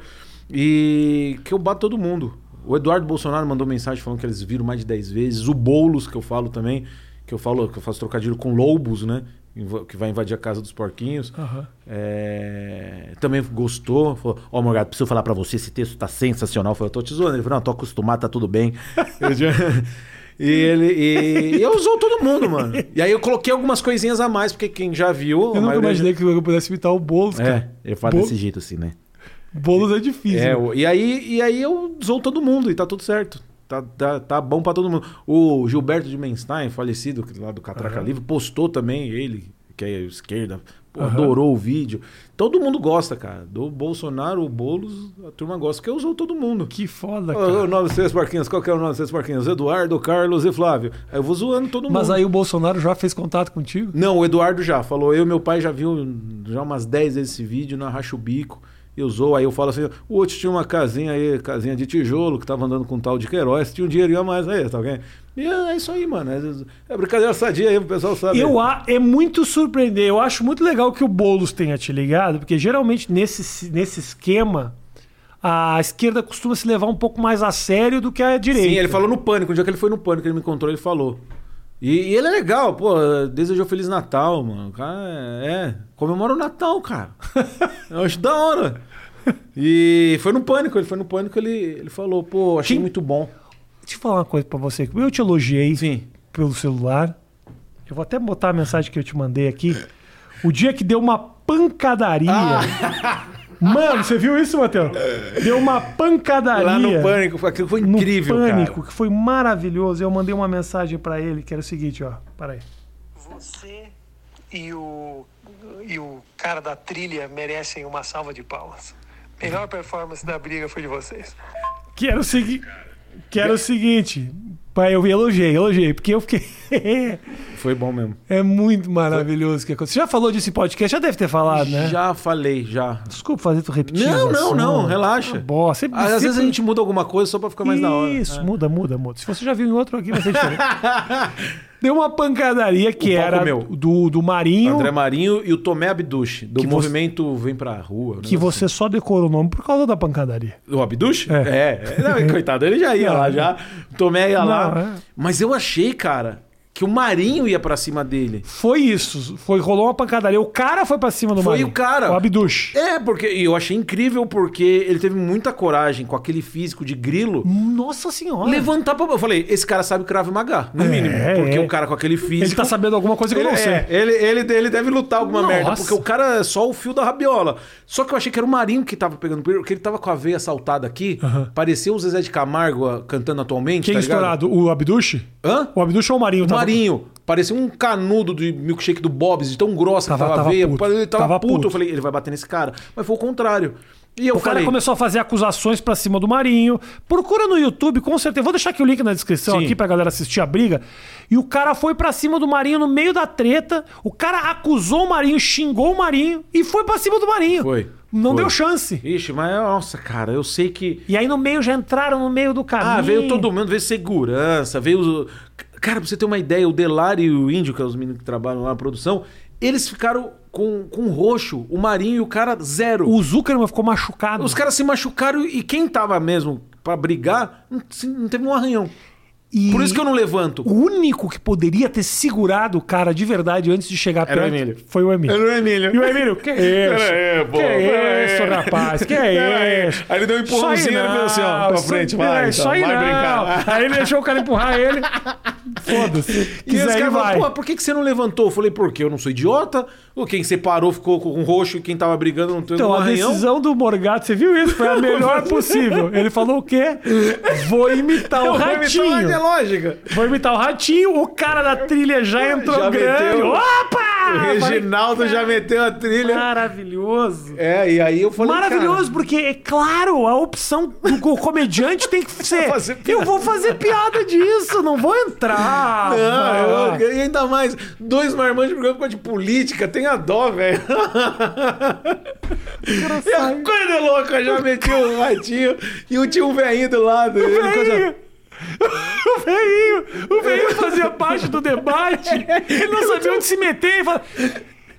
B: e que eu bato todo mundo. O Eduardo Bolsonaro mandou mensagem falando que eles viram mais de 10 vezes, o Boulos, que eu falo também, que eu falo, que eu faço trocadilho com lobos, né? Inva- Que vai invadir a casa dos porquinhos.
A: Aham.
B: É, também gostou. Falou, ó, Morgado, preciso falar pra você, esse texto tá sensacional. Eu falei, eu tô te zoando. Ele falou, não, tô acostumado, tá tudo bem. Eu já- e ele... E, e eu usou todo mundo, mano. E aí eu coloquei algumas coisinhas a mais, porque quem já viu... a
A: Eu nunca
B: maioria-
A: imaginei que eu pudesse imitar o Boulos,
B: É,
A: cara.
B: ele fala
A: Bo-
B: desse jeito assim, né?
A: Boulos é difícil.
B: É,
A: né?
B: o- e, aí, e aí eu zoou todo mundo e tá tudo certo. Tá, tá, tá bom pra todo mundo. O Gilberto de Menstein, falecido lá do Catraca Livre, postou também ele, que é esquerda, pô, adorou o vídeo. Todo mundo gosta, cara. Do Bolsonaro, o Boulos, a turma gosta, porque eu usou todo mundo.
A: Que foda,
B: Ô, ô,
A: cara.
B: O nome dos três porquinhos, qual que é o nome dos três porquinhos? Eduardo, Carlos e Flávio. Aí eu vou zoando todo
A: Mas
B: mundo.
A: aí o Bolsonaro já fez contato contigo?
B: Não, o Eduardo já falou. Eu e meu pai já viu já umas 10 vezes esse vídeo na Racha o Bico. E usou, aí eu falo assim: o outro tinha uma casinha aí, casinha de tijolo, que tava andando com um tal de Queiroz, tinha um dinheirinho a mais aí, tá alguém? E é, é isso aí, mano. É, é brincadeira sadia aí, o pessoal sabe.
A: Eu a, é muito surpreendente. Eu acho muito legal que o Boulos tenha te ligado, porque geralmente nesse, nesse esquema a esquerda costuma se levar um pouco mais a sério do que a direita.
B: Sim, ele falou no pânico. Um dia que ele foi no pânico, ele me encontrou, ele falou. E, e ele é legal, pô, desejou Feliz Natal, mano. O cara é, é, comemora o Natal, cara. Eu acho da hora. E foi no pânico, ele foi no pânico, ele, ele falou, pô, achei
A: Quem-
B: muito bom.
A: Deixa eu falar uma coisa pra você. Eu te elogiei
B: Sim.
A: pelo celular. Eu vou até botar a mensagem que eu te mandei aqui. O dia que deu uma pancadaria.
B: Ah!
A: Mano, você viu isso, Matheus? Deu uma pancadaria.
B: Lá no pânico, foi- aquilo foi
A: no
B: incrível,
A: pânico,
B: cara.
A: que foi maravilhoso. Eu mandei uma mensagem pra ele que era o seguinte, ó. Peraí.
D: Você e o, e o cara da trilha merecem uma salva de palmas. Melhor performance da briga foi de vocês.
A: Que era o seguinte. Que era o seguinte. Pai, eu elogiei, elogiei, porque eu fiquei.
B: Foi bom mesmo.
A: é muito maravilhoso o que aconteceu. Você já falou disso em podcast? Já deve ter falado, né?
B: Já falei, já.
A: Desculpa fazer tu repetir.
B: Não,
A: os
B: não,
A: assuntos.
B: não, relaxa.
A: Ah, boa. Sempre,
B: Às vezes a
A: sempre-
B: gente muda alguma coisa só pra ficar mais da hora.
A: Isso,
B: É.
A: muda, muda, muda. Se você já viu em outro aqui, vai ser diferente. Deu uma pancadaria que
B: O pau
A: era
B: comeu.
A: do, do Marinho,
B: André Marinho e o Tomé Abduche, do
A: Que você-
B: movimento Vem Pra Rua. né?
A: que você só decorou o nome por causa da pancadaria.
B: O Abduche?
A: É.
B: É. Não, coitado, ele já ia lá, já. Tomé ia lá.
A: Não, é.
B: Mas eu achei, cara, que o Marinho ia pra cima dele.
A: Foi isso. Foi, rolou uma pancadaria. O cara foi pra cima do
B: Foi
A: Marinho.
B: o cara.
A: O Abdush.
B: É, porque e eu achei incrível porque ele teve muita coragem com aquele físico de grilo.
A: Nossa senhora.
B: Levantar pra. Eu falei, esse cara sabe Krav Maga, no
A: É,
B: mínimo. Porque
A: é.
B: o cara com aquele físico.
A: Ele tá sabendo alguma coisa que eu
B: Ele,
A: não sei.
B: é, ele, ele, ele deve lutar alguma
A: Nossa.
B: merda, porque o cara é só o fio da rabiola. Só que eu achei que era o Marinho que tava pegando primeiro, porque ele tava com a veia saltada aqui. Parecia o Zezé de Camargo ah, cantando atualmente.
A: Quem
B: tá ligado?
A: estourado? O Abdush?
B: Hã?
A: O Abdush ou o Marinho? tá
B: O
A: Tava-
B: Marinho. Parecia um canudo de milkshake do Bob's, de tão grossa
A: Tava-
B: que tava,
A: tava
B: a veia.
A: puto.
B: Ele tava,
A: Tava
B: puto.
A: puto.
B: Eu falei, ele vai bater nesse cara. Mas foi o contrário. E eu
A: O cara
B: falei,
A: começou a fazer acusações pra cima do Marinho. Procura no YouTube, com certeza. Vou deixar aqui o link na descrição
B: Sim.
A: aqui pra galera assistir a briga. E o cara foi pra cima do Marinho no meio da treta. O cara acusou o Marinho, xingou o Marinho e foi pra cima do Marinho.
B: Foi.
A: Não
B: Foi.
A: deu chance.
B: Ixi, mas nossa, cara, eu sei que.
A: E aí no meio já entraram no meio do caminho.
B: Ah, veio todo mundo, veio segurança, veio. os- Cara, pra você ter uma ideia, o Delar e o Índio, que são os meninos que trabalham lá na produção, eles ficaram com, com roxo, o Marinho e o cara zero.
A: O Zuckerman ficou machucado.
B: Os caras se machucaram e quem tava mesmo pra brigar não, se- não teve um arranhão.
A: E
B: Por isso que eu não levanto.
A: o único que poderia ter segurado o cara de verdade antes de chegar
B: Era o
A: perto
B: Emílio.
A: foi o Emílio.
B: o Emílio.
A: E o Emílio, que é isso?
B: Pera aí, pô,
A: que
B: pera
A: é
B: aí.
A: isso, rapaz? Que
B: Pera
A: é
B: aí.
A: isso?
B: Aí ele deu um
A: Isso
B: empurrãozinho,
A: aí
B: ele veio assim, ó,
A: não,
B: pra
A: isso
B: frente,
A: aí- é
B: vai,
A: Isso
B: então,
A: aí
B: vai
A: não.
B: brincar.
A: Aí ele deixou o cara empurrar ele. Foda-se.
B: E os
A: Quiser, ele
B: caras
A: vai.
B: falaram, pô, por que, que você não levantou? Eu falei, porque eu não sou idiota. O quem separou ficou com um roxo e quem tava brigando não teve
A: Então,
B: um
A: a
B: arranhão.
A: decisão do Morgado, você viu isso? Foi a melhor possível. Ele falou o quê? Vou imitar o
B: Eu falei, "Então,
A: ratinho.
B: é lógica.
A: Vou imitar o ratinho, o cara da trilha já entrou
B: Já
A: grande.
B: meteu.
A: Opa!
B: O
A: Eu falei,
B: Reginaldo já meteu a trilha.
A: Maravilhoso.
B: É, e aí eu falei.
A: Ah. Maravilhoso, porque, é claro, a opção do co- comediante tem que ser.
B: Fazer piada.
A: eu vou fazer piada disso, não vou entrar.
B: Cara,
A: Ah,
B: não, eu- e ainda mais, dois marmanjos brigando por causa de política, tem a dó, velho. E a coisa louca, já meti o ratinho e o tinha um velhinho do lado. ele não
A: veinho. O veinho, o veinho fazia parte do debate. Ele não sabia onde se meter. Ele fala-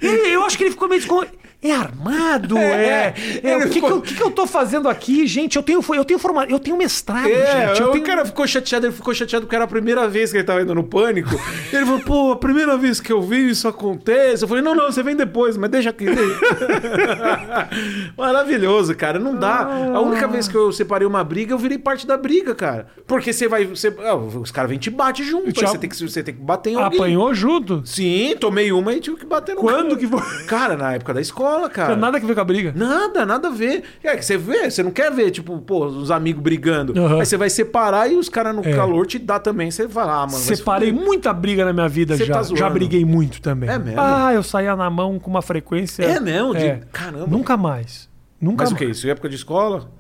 A: Ele- eu acho que ele ficou meio descon... É armado, é. é,
B: ele
A: o que,
B: ficou-
A: que, eu, o que que eu tô fazendo aqui, gente? Eu tenho, eu tenho forma, eu tenho mestrado,
B: É,
A: Tá gente. Eu
B: o
A: tenho...
B: cara ficou chateado, ele ficou chateado porque era a primeira vez que ele tava indo no pânico. ele falou, pô, a primeira vez que eu vi isso acontece. Eu falei, não, não, você vem depois, mas deixa aqui. deixa." Maravilhoso, cara, não dá. A única vez que eu separei uma briga, eu virei parte da briga, cara. Porque você vai. Você, ah, os caras vêm e te bate junto.
A: Te
B: aí
A: a-
B: você, tem que, você tem que bater em alguém.
A: Apanhou junto?
B: Sim, tomei uma e tive que bater no
A: Quando que foi?
B: Cara, na época da escola, cara.
A: Nada que ver com a briga.
B: Nada, nada a ver. É que você vê, você não quer ver, tipo, pô, os amigos brigando.
A: Aham.
B: Aí você vai separar e os caras no
A: É.
B: calor te dá também. Você fala, ah, mano. vai se
A: Separei
B: fuder.
A: muita briga na minha vida
B: Você
A: já.
B: tá zoando.
A: já briguei muito também.
B: É mesmo?
A: Ah, eu saía na mão com uma frequência.
B: É mesmo? De- Caramba.
A: Nunca mais. Nunca
B: Mas o
A: mais.
B: que? Isso é época de escola?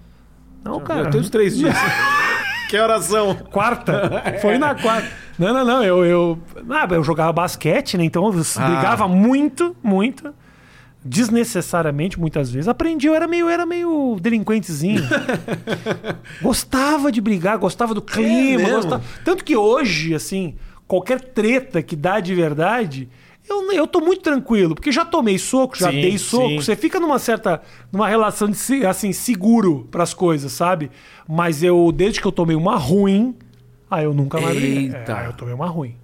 A: Não,
B: Eu
A: cara.
B: tenho os três dias. que oração.
A: Quarta. Foi na quarta. Não, não, não. Eu, eu, ah, eu jogava basquete, né? Então eu
B: Ah.
A: brigava muito, muito. Desnecessariamente, muitas vezes. Aprendi, eu era meio, era meio delinquentezinho. gostava de brigar, gostava do clima.
B: É mesmo?
A: gostava- Tanto que hoje, assim, qualquer treta que dá de verdade. Eu, eu tô muito tranquilo, porque já tomei soco, já
B: Sim,
A: dei soco.
B: sim.
A: Você fica numa certa. numa relação de se- assim, seguro pras coisas, sabe? Mas eu, desde que eu tomei uma ruim, aí eu nunca mais briguei. É,
B: Eita.
A: aí eu tomei uma ruim.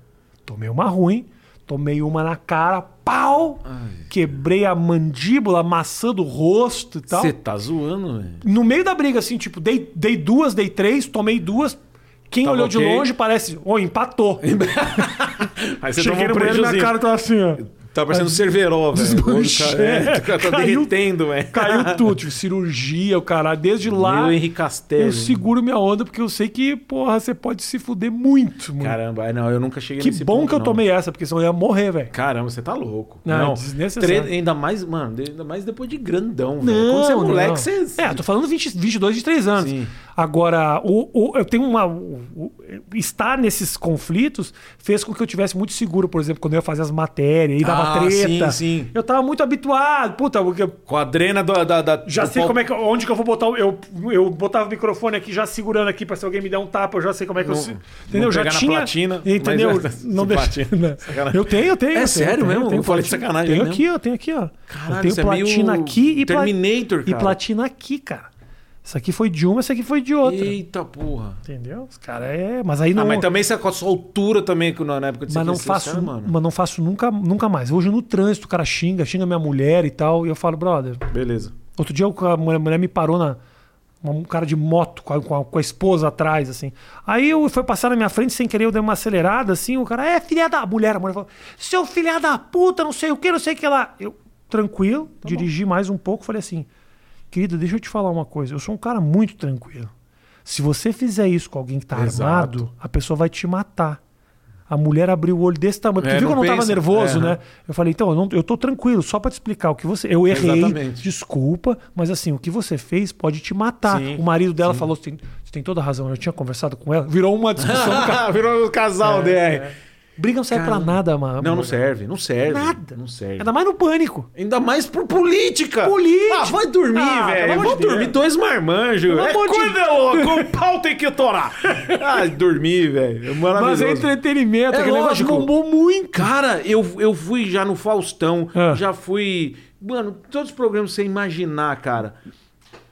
A: Tomei uma ruim, tomei uma na cara, pau! Quebrei a mandíbula, amassando o rosto e tal.
B: Você tá zoando, velho.
A: No meio da briga, assim, tipo, dei, dei duas, dei três, tomei duas. Quem
B: Tava
A: olhou de
B: ok.
A: longe parece, ô, empatou.
B: Aí você
A: Cheguei
B: toma
A: no banheiro, minha
B: um prejuzinho.
A: cara tava assim, ó.
B: Tá parecendo um cerveró, velho.
A: Desmanchei.
B: O cara- é, o cara tá
A: Caiu-
B: derretendo, velho.
A: Caiu tudo, tipo, cirurgia, o caralho. Desde lá.
B: Meu Henrique Castelli.
A: Eu seguro minha onda porque eu sei que, porra, você pode se fuder muito, muito.
B: Caramba, aí não, eu nunca cheguei
A: que
B: nesse
A: bom
B: ponto,
A: que eu
B: não.
A: tomei essa, porque senão eu ia morrer, velho.
B: Caramba, você tá louco.
A: Não,
B: Não,
A: é desnecessário.
B: Tre- Ainda mais, mano, de- ainda mais depois de grandão, velho. Quando você é moleque, você.
A: É, eu tô falando 20, 22, 23 anos.
B: Sim.
A: Agora, o, o- eu tenho uma. o- o- estar nesses conflitos fez com que eu tivesse muito seguro, por exemplo, quando eu ia fazer as matérias e dava
B: Ah,
A: treta.
B: sim, sim.
A: Eu tava muito habituado. Puta, porque
B: Com a drena da. da, da-
A: Já
B: do
A: sei
B: pau-
A: como é que. Onde que eu vou botar. o- Eu, eu botava o microfone aqui, já segurando aqui, pra se alguém me der um tapa, eu já sei como é que eu.
B: Não-
A: se-
B: não
A: Entendeu? Já
B: pegar na
A: tinha.
B: platina,
A: entendeu?
B: mas-
A: Não
B: se
A: deixa.
B: platina.
A: né?
B: Sacanagem. É
A: Eu tenho, eu tenho. eu tenho,
B: sério
A: eu tenho,
B: mesmo?
A: Eu tenho
B: Eu falei de
A: platina.
B: sacanagem
A: Tenho
B: mesmo.
A: aqui, ó, tenho aqui, ó.
B: Caralho,
A: eu tenho
B: você é meio
A: platina aqui e pla-
B: Terminator,
A: E
B: cara.
A: platina aqui, cara. Essa aqui foi de uma, essa aqui foi de é outra.
B: Eita porra.
A: Entendeu? Os caras é. Mas aí não.
B: Ah, mas também você com a sua altura também, que na na época de
A: mas não
B: ciclista,
A: faço,
B: mano.
A: mas não faço nunca, nunca mais. Hoje no trânsito o cara xinga, xinga minha mulher e tal. E eu falo, brother.
B: Beleza.
A: Outro dia a mulher, a mulher me parou na. Um cara de moto com a, com a- com a esposa atrás, assim. Aí eu foi passar na minha frente sem querer, eu dei uma acelerada, assim. O cara, é filha da mulher. A mulher falou, seu filha da puta, não sei o que, não sei o que lá. Eu,
B: Tá
A: tranquilo, dirigi mais um pouco, falei assim, querida, deixa eu te falar uma coisa. Eu sou um cara muito tranquilo. Se você fizer isso com alguém que tá
B: Exato.
A: armado, a pessoa vai te matar. A mulher abriu o olho desse tamanho. Tu
B: É,
A: viu que eu
B: não
A: não tava
B: pensa.
A: nervoso,
B: É,
A: né? Eu falei, então, eu, não- eu tô tranquilo, só pra te explicar o que você. Eu errei,
B: Exatamente.
A: desculpa, mas assim, o que você fez pode te matar.
B: Sim,
A: o marido dela falou: você tem, você tem toda a razão, eu tinha conversado com ela. Virou uma discussão. cara.
B: Virou um casal DR.
A: Briga não serve pra nada, mano.
B: é. Não, não serve, não serve.
A: Nada.
B: Não serve.
A: Ainda mais no pânico.
B: Ainda mais por política.
A: Política.
B: Ah, vai dormir,
A: Ah, pelo
B: velho.
A: amor
B: Vou
A: de Deus.
B: dormir dois marmanjos.
A: Pelo
B: É
A: amor de
B: coisa louca. O pau tem que torar. ah, dormir, velho. É
A: Mas
B: maravilhoso.
A: é entretenimento,
B: É
A: aquele negócio
B: lógico.
A: bombou muito.
B: Cara, eu, eu fui já no Faustão.
A: Ah.
B: Já fui... Mano, todos os programas que você imaginar, cara.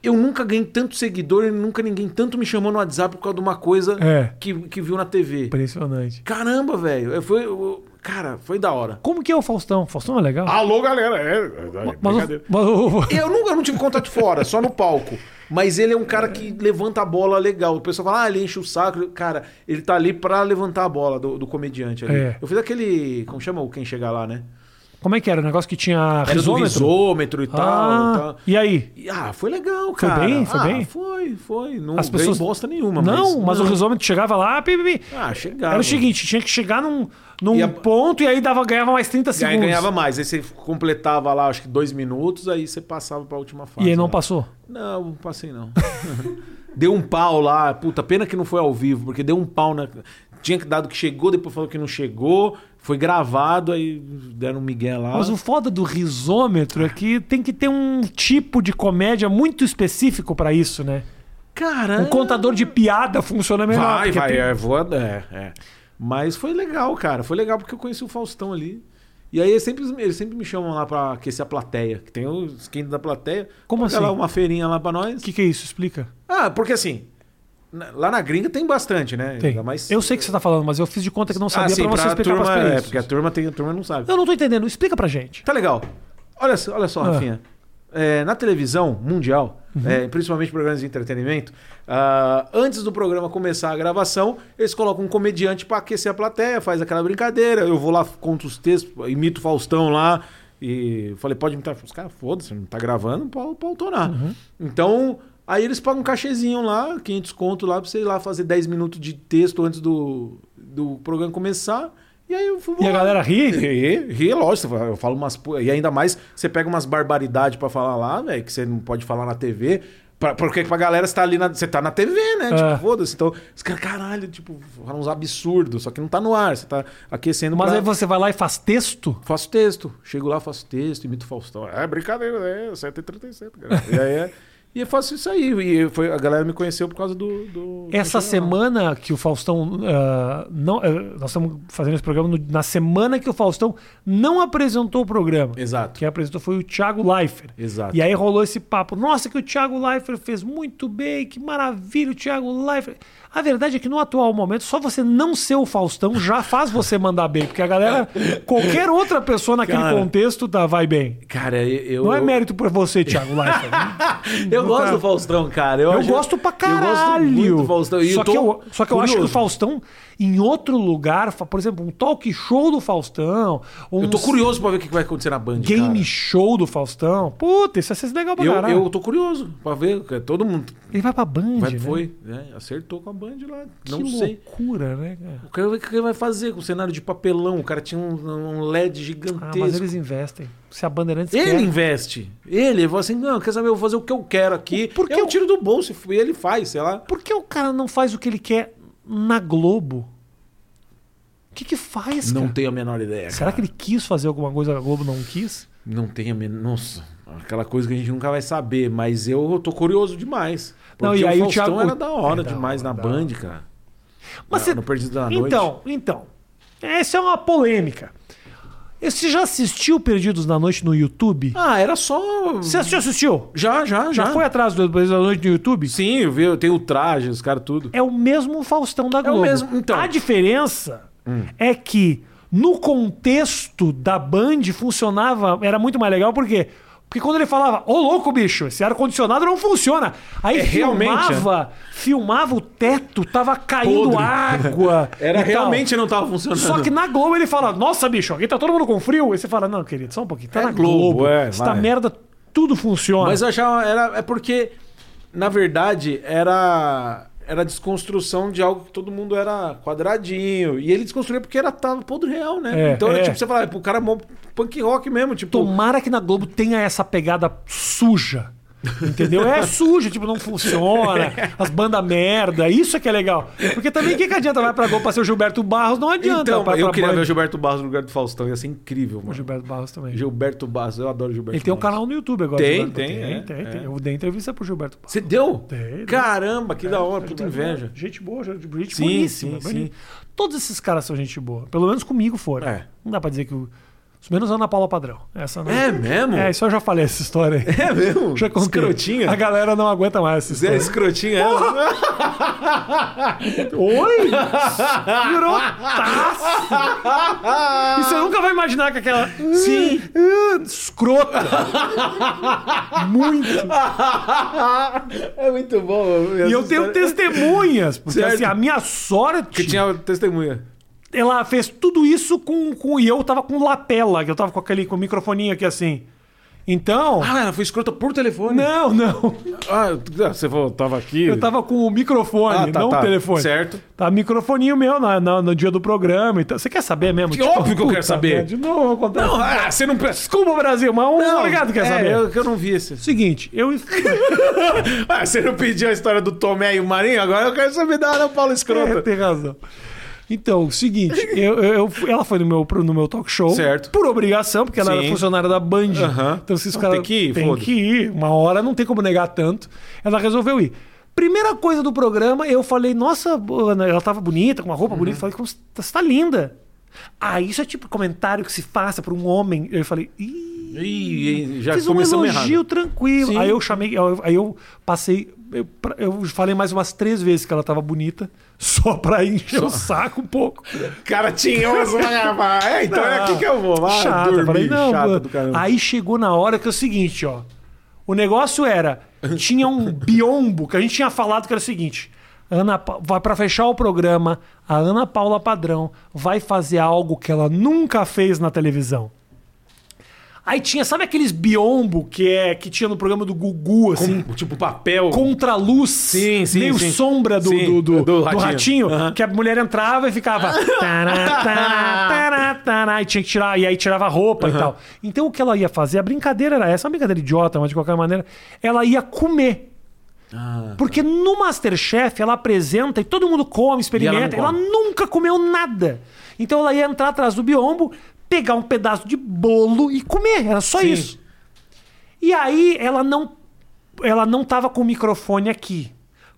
B: Eu nunca ganhei tanto seguidor e nunca ninguém tanto me chamou no WhatsApp por causa de uma coisa
A: É.
B: que, que viu na TV.
A: Impressionante.
B: Caramba, velho. Eu- Foi... eu- Cara, foi da hora.
A: Como que é o Faustão? Faustão é legal?
B: Alô, galera. É, é, é
A: mas, o- mas o-
B: Eu nunca eu não tive contato fora, só no palco. Mas ele é um cara que levanta a bola legal. O pessoal fala, ah, ele enche o saco. Cara, ele tá ali pra levantar a bola do, do comediante ali.
A: É.
B: Eu fiz aquele. Como chama o quem chegar lá, né?
A: Como é que era? O negócio que tinha
B: Era do risômetro e tal.
A: Ah,
B: e tal.
A: e aí?
B: E, Ah, foi legal, cara.
A: bem? Foi
B: Ah,
A: bem?
B: Foi, foi. Não
A: As
B: As
A: pessoas-
B: pessoas... bosta nenhuma.
A: Não, mas o risômetro chegava lá, pi, pi, pi.
B: Ah, chegava.
A: Era o seguinte, tinha que chegar num, num
B: E a-
A: ponto e aí dava, ganhava mais 30
B: E aí
A: segundos.
B: ganhava mais. Aí você completava lá, acho que dois minutos, aí você passava pra última fase.
A: E aí não
B: lá.
A: passou.
B: Não, não passei não. deu um pau lá, puta, pena que não foi ao vivo, porque deu um pau na. Tinha que dado que chegou, depois falou que não chegou, foi gravado, aí deram um migué lá.
A: Mas o foda do risômetro é que tem que ter um tipo de comédia muito específico pra isso, né?
B: Cara.
A: Um contador de piada funciona melhor.
B: Vai,
A: porque
B: vai,
A: tem-
B: é, voa- é, é. Mas foi legal, cara. Foi legal porque eu conheci o Faustão ali. E aí eles sempre, eles sempre me chamam lá pra aquecer a plateia, que tem o esquenta da plateia.
A: Como
B: Paga
A: assim?
B: lá uma feirinha lá pra nós.
A: O que, que é isso? Explica.
B: Ah, porque assim, na- lá na gringa tem bastante, né?
A: Tem.
B: Ainda mais-
A: Eu sei o que você tá falando, mas eu fiz de conta que não
B: Ah,
A: sabia
B: sim,
A: pra você
B: pra
A: explicar
B: turma,
A: pras
B: é,
A: crianças.
B: porque a turma, tem, a turma não sabe.
A: Eu não tô entendendo. Explica pra gente.
B: Tá legal. Olha, só- olha só,
A: Ah. Uhum.
B: Rafinha. É, na televisão mundial, é, principalmente programas de entretenimento, ah, antes do programa começar a gravação, eles colocam um comediante pra aquecer a plateia, faz aquela brincadeira. Eu vou lá, conto os textos, imito o Faustão lá. E falei, pode imitar. Os caras, foda-se, não tá gravando, pode autorar.
A: Uhum.
B: Então, aí eles pagam um cachezinho lá, 500 conto lá, pra você ir lá fazer 10 minutos de texto antes do, do programa começar. E aí eu fui
A: E a
B: lá.
A: galera ri?
B: Ri, ri, lógico. Eu falo umas. pu- E ainda mais, você pega umas barbaridades pra falar lá, velho, que você não pode falar na TV. Pra, porque pra galera você tá ali na. Você tá na TV, né?
A: É.
B: Tipo, foda-se. Então, os caras, caralho, tipo, falam uns absurdos. Só que não tá no ar, você tá aquecendo.
A: Mas
B: pra-
A: aí você vai lá e faz texto?
B: Faço texto. Chego lá, faço texto, imito Faustão. É brincadeira, é 737, cara. E aí é. E eu faço isso aí. E foi, a galera me conheceu por causa do. do-
A: Essa
B: do jornal.
A: semana que o Faustão. ah, não, eh, nós estamos fazendo esse programa no- na semana que o Faustão não apresentou o programa.
B: Exato.
A: Quem apresentou foi o Thiago Leifert.
B: Exato.
A: E aí rolou esse papo. Nossa, que o Thiago Leifert fez muito bem, que maravilha o Thiago Leifert. A verdade é que no atual momento, só você não ser o Faustão já faz você mandar bem, porque a galera, qualquer outra pessoa naquele
B: Cara.
A: contexto tá, vai bem.
B: Cara, eu.
A: Não é
B: eu-
A: mérito pra você, Thiago Leifert.
B: Eu gosto do Faustão, cara. Eu,
A: tá. Eu
B: acho-
A: gosto pra caralho.
B: Eu gosto muito do Faustão. E
A: Só,
B: eu tô
A: que eu, só que eu acho que o
B: curioso.
A: Faustão, em outro lugar, fa- por exemplo, um talk show do Faustão, um
B: Eu tô curioso pra ver o que vai acontecer na Band.
A: game show do Faustão. Puta, isso ia ser legal pra
B: cara.
A: caralho.
B: Eu, eu tô curioso pra ver. cara. Todo mundo
A: Ele vai pra Band,
B: vai,
A: né?
B: foi, né? Acertou com a Band lá.
A: Que
B: não sei.
A: loucura, né? cara?
B: Eu quero ver o que ele vai fazer com o cenário de papelão. O cara tinha um, um LED
A: Ah,
B: gigantesco.
A: mas eles investem. Se a Bandeirantes
B: Ele
A: quer...
B: investe. Ele falou assim: não, quer saber? Eu vou fazer o que eu quero aqui.
A: Por que
B: eu
A: o-
B: tiro do bolso e fui- ele faz, sei lá.
A: Por que o cara não faz o que ele quer na Globo? O que que faz,
B: Não
A: cara?
B: tenho a menor ideia.
A: Será que ele quis fazer alguma coisa que a Globo não quis?
B: Não tem a menor. Nossa, aquela coisa que a gente nunca vai saber, mas eu tô curioso demais. Porque
A: Não, e aí o
B: o Faustão
A: Thiago-
B: era da hora
A: É da
B: demais
A: hora,
B: na
A: da
B: Band, cara.
A: Mas
B: Na-
A: cê-
B: no Perdido Ah, da Noite.
A: Então, então. Essa é uma polêmica. E Você já assistiu Perdidos na Noite no YouTube?
B: Ah, era só.
A: Você assistiu? assistiu?
B: Já, já, já.
A: Já foi atrás do Perdidos na Noite no YouTube?
B: Sim, eu vi, eu tenho o traje, os caras tudo.
A: É o mesmo Faustão da Globo.
B: mesmo, então.
A: A diferença é que no contexto da Band funcionava, era muito mais legal porque porque quando ele falava, ô louco, bicho, esse ar-condicionado não funciona. Aí
B: É, realmente,
A: filmava, filmava o teto, tava caindo
B: Podre.
A: água.
B: Era
A: e tal.
B: realmente não tava funcionando.
A: Então, Só que na Globo ele fala, nossa, bicho, aqui tá todo mundo com frio. Aí você fala, não, querido, só um pouquinho. Tá
B: É
A: na
B: Globo,
A: Globo.
B: é,
A: Esta
B: vai.
A: merda tudo funciona.
B: Mas eu achava. Era, é porque, na verdade, era. Era a desconstrução de algo que todo mundo era quadradinho. E ele desconstruía porque era tava podre real, né?
A: É,
B: então,
A: é.
B: era, tipo, você fala, "Pô, o cara é mó punk rock mesmo, tipo.
A: Tomara que na Globo tenha essa pegada suja. Entendeu? É sujo, tipo, não funciona, as bandas merda, isso é que é legal. Porque também o que, que adianta? Vai pra Globo pra ser o Gilberto Barros, não adianta.
B: Então,
A: vai pra
B: eu queria
A: Band.
B: ver o Gilberto Barros no lugar do Faustão, ia ser incrível,
A: o
B: mano.
A: Gilberto Barros também.
B: Gilberto Barros, eu adoro Gilberto
A: Ele tem um
B: Barros.
A: canal no YouTube agora.
B: Tem,
A: Gilberto.
B: tem, é,
A: tem,
B: é.
A: tem. Eu dei entrevista pro Gilberto Barros.
B: Você deu?
A: Dei,
B: Caramba, que da hora, puta
A: É, Gilberto
B: inveja.
A: Barros, Gente boa, gente, gente
B: Sim,
A: boníssima.
B: sim,
A: boníssima. Todos esses caras são gente boa. Pelo menos comigo foram.
B: É.
A: Não dá pra dizer que. o- Os menos a Ana Paula Padrão. Essa não.
B: É mesmo?
A: É, isso eu já falei essa história aí.
B: É mesmo?
A: Já contei.
B: Escrotinha?
A: A galera não aguenta mais essa
B: Zé é
A: história.
B: escrotinha. ela.
A: Oi? Escrotaço! E você nunca vai imaginar que aquela... Sim. Escrota. Muito.
B: É muito bom.
A: E eu tenho testemunhas. Porque
B: é- Certo.
A: assim, a minha
B: Que
A: sorte...
B: tinha testemunha.
A: Ela fez tudo isso com, com... E eu tava com lapela. Que eu tava com aquele... Com o microfoninho aqui assim. Então...
B: Ah, ela foi escrota por telefone.
A: Não, não.
B: Ah, eu- ah, você falou, tava aqui.
A: Eu tava com o microfone,
B: Ah, tá,
A: não
B: tá.
A: o telefone.
B: Certo.
A: Tá microfoninho meu na, na- no dia do programa. Então, você quer saber mesmo?
B: Que óbvio que eu quero
A: puta
B: saber.
A: merda, De novo, vou contar.
B: Não, ah, você não presta.
A: Desculpa, Brasil, mas um obrigado quer
B: é,
A: saber.
B: Eu, que eu não vi esse.
A: Seguinte, eu.
B: Ah, você não pediu a história do Tomé e o Marinho? Agora eu quero saber da Ana
A: É,
B: Paula escrota.
A: tem razão. Então, seguinte, eu, eu- eu- ela foi no meu, pro- no meu talk show.
B: Certo.
A: Por obrigação, porque ela era
B: Sim.
A: funcionária da Band.
B: Aham.
A: Então, se os
B: Não,
A: caras.
B: tem que ir,
A: tem
B: foda-se.
A: que ir. Uma hora não tem como negar tanto. Ela resolveu ir. Primeira coisa do programa, eu falei, nossa, Ana, ela tava bonita, com uma roupa
B: Uhum.
A: bonita. Eu Falei, como você tá- você tá linda. Ah, isso é tipo comentário que se faça pra um homem. Eu falei, ih.
B: Ih, já
A: Fiz um
B: começamos
A: elogio
B: errado.
A: tranquilo.
B: Sim.
A: Aí eu chamei, eu- aí eu passei. Eu, pra- eu falei mais umas três vezes que ela tava bonita, só pra encher o saco um pouco.
B: Cara, tinha umas. é, então é aqui que eu vou. Ah,
A: Chata,
B: dormi,
A: falei, não,
B: chata
A: pô.
B: do caramba.
A: Aí chegou na hora que é o seguinte, ó. O negócio era, tinha um biombo que a gente tinha falado que era o seguinte. Ana, Pa- vai para fechar o programa, a Ana Paula Padrão vai fazer algo que ela nunca fez na televisão. Aí tinha, sabe aqueles biombo que é que tinha no programa do Gugu, assim,
B: Com- tipo papel.
A: contra-luz,
B: Sim, sim,
A: meio
B: sim.
A: sombra do,
B: Sim,
A: do, do-
B: do
A: do ratinho,
B: ratinho. Aham.
A: que a mulher entrava e ficava. tará, tará, tará, tará, e tinha que tirar, e aí tirava a roupa e tal. Então o que ela ia fazer? A brincadeira era essa, uma brincadeira idiota, mas de qualquer maneira, ela ia comer. Porque no Masterchef ela apresenta e todo mundo come, experimenta.
B: Ah. E ela
A: Ela,
B: não
A: nunca comeu nada. Então ela ia entrar atrás do biombo, pegar um pedaço de bolo e comer. Era só
B: Sim.
A: isso. E aí ela não ela não tava com o microfone aqui.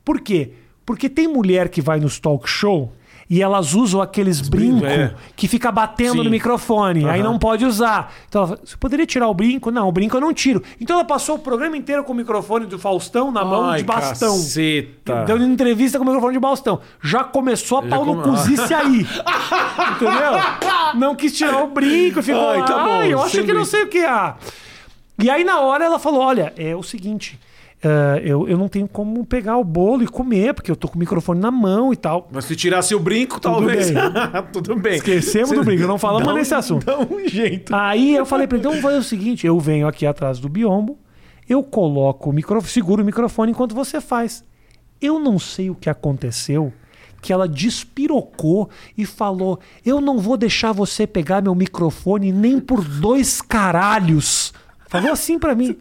A: Por quê? Porque tem mulher que vai nos talk show e elas usam aqueles brincos
B: brincos, é.
A: que fica batendo
B: Sim.
A: no microfone, aí
B: Aham.
A: não pode usar. Então ela fala, você poderia tirar o brinco? Não, o brinco eu não tiro. Então ela passou o programa inteiro com o microfone do Faustão na mão
B: Ai,
A: de bastão. Então,
B: caceta.
A: Dando entrevista com o microfone de bastão. Já começou a pau no
B: Tá. come-
A: cozice aí. Entendeu? Não quis tirar o brinco, ficou
B: Ai,
A: lá,
B: tá bom,
A: "Ai, eu
B: sem
A: acho que não
B: brinco."
A: sei o que ah. E aí, na hora, ela falou: Olha, é o seguinte, eh, eu, eu não tenho como pegar o bolo e comer, porque eu tô com o microfone na mão e tal.
B: Mas se tirasse o brinco, talvez.
A: bem.
B: Tudo bem.
A: Esquecemos do brinco, não falamos
B: Dá um-
A: nesse assunto.
B: Dá um jeito.
A: Aí eu falei pra ele: Então vamos fazer o seguinte, eu venho aqui atrás do biombo, eu coloco o microfone, seguro o microfone enquanto você faz. Eu não sei o que aconteceu. Que ela despirocou e falou: Eu não vou deixar você pegar meu microfone nem por dois caralhos. Falou assim pra mim.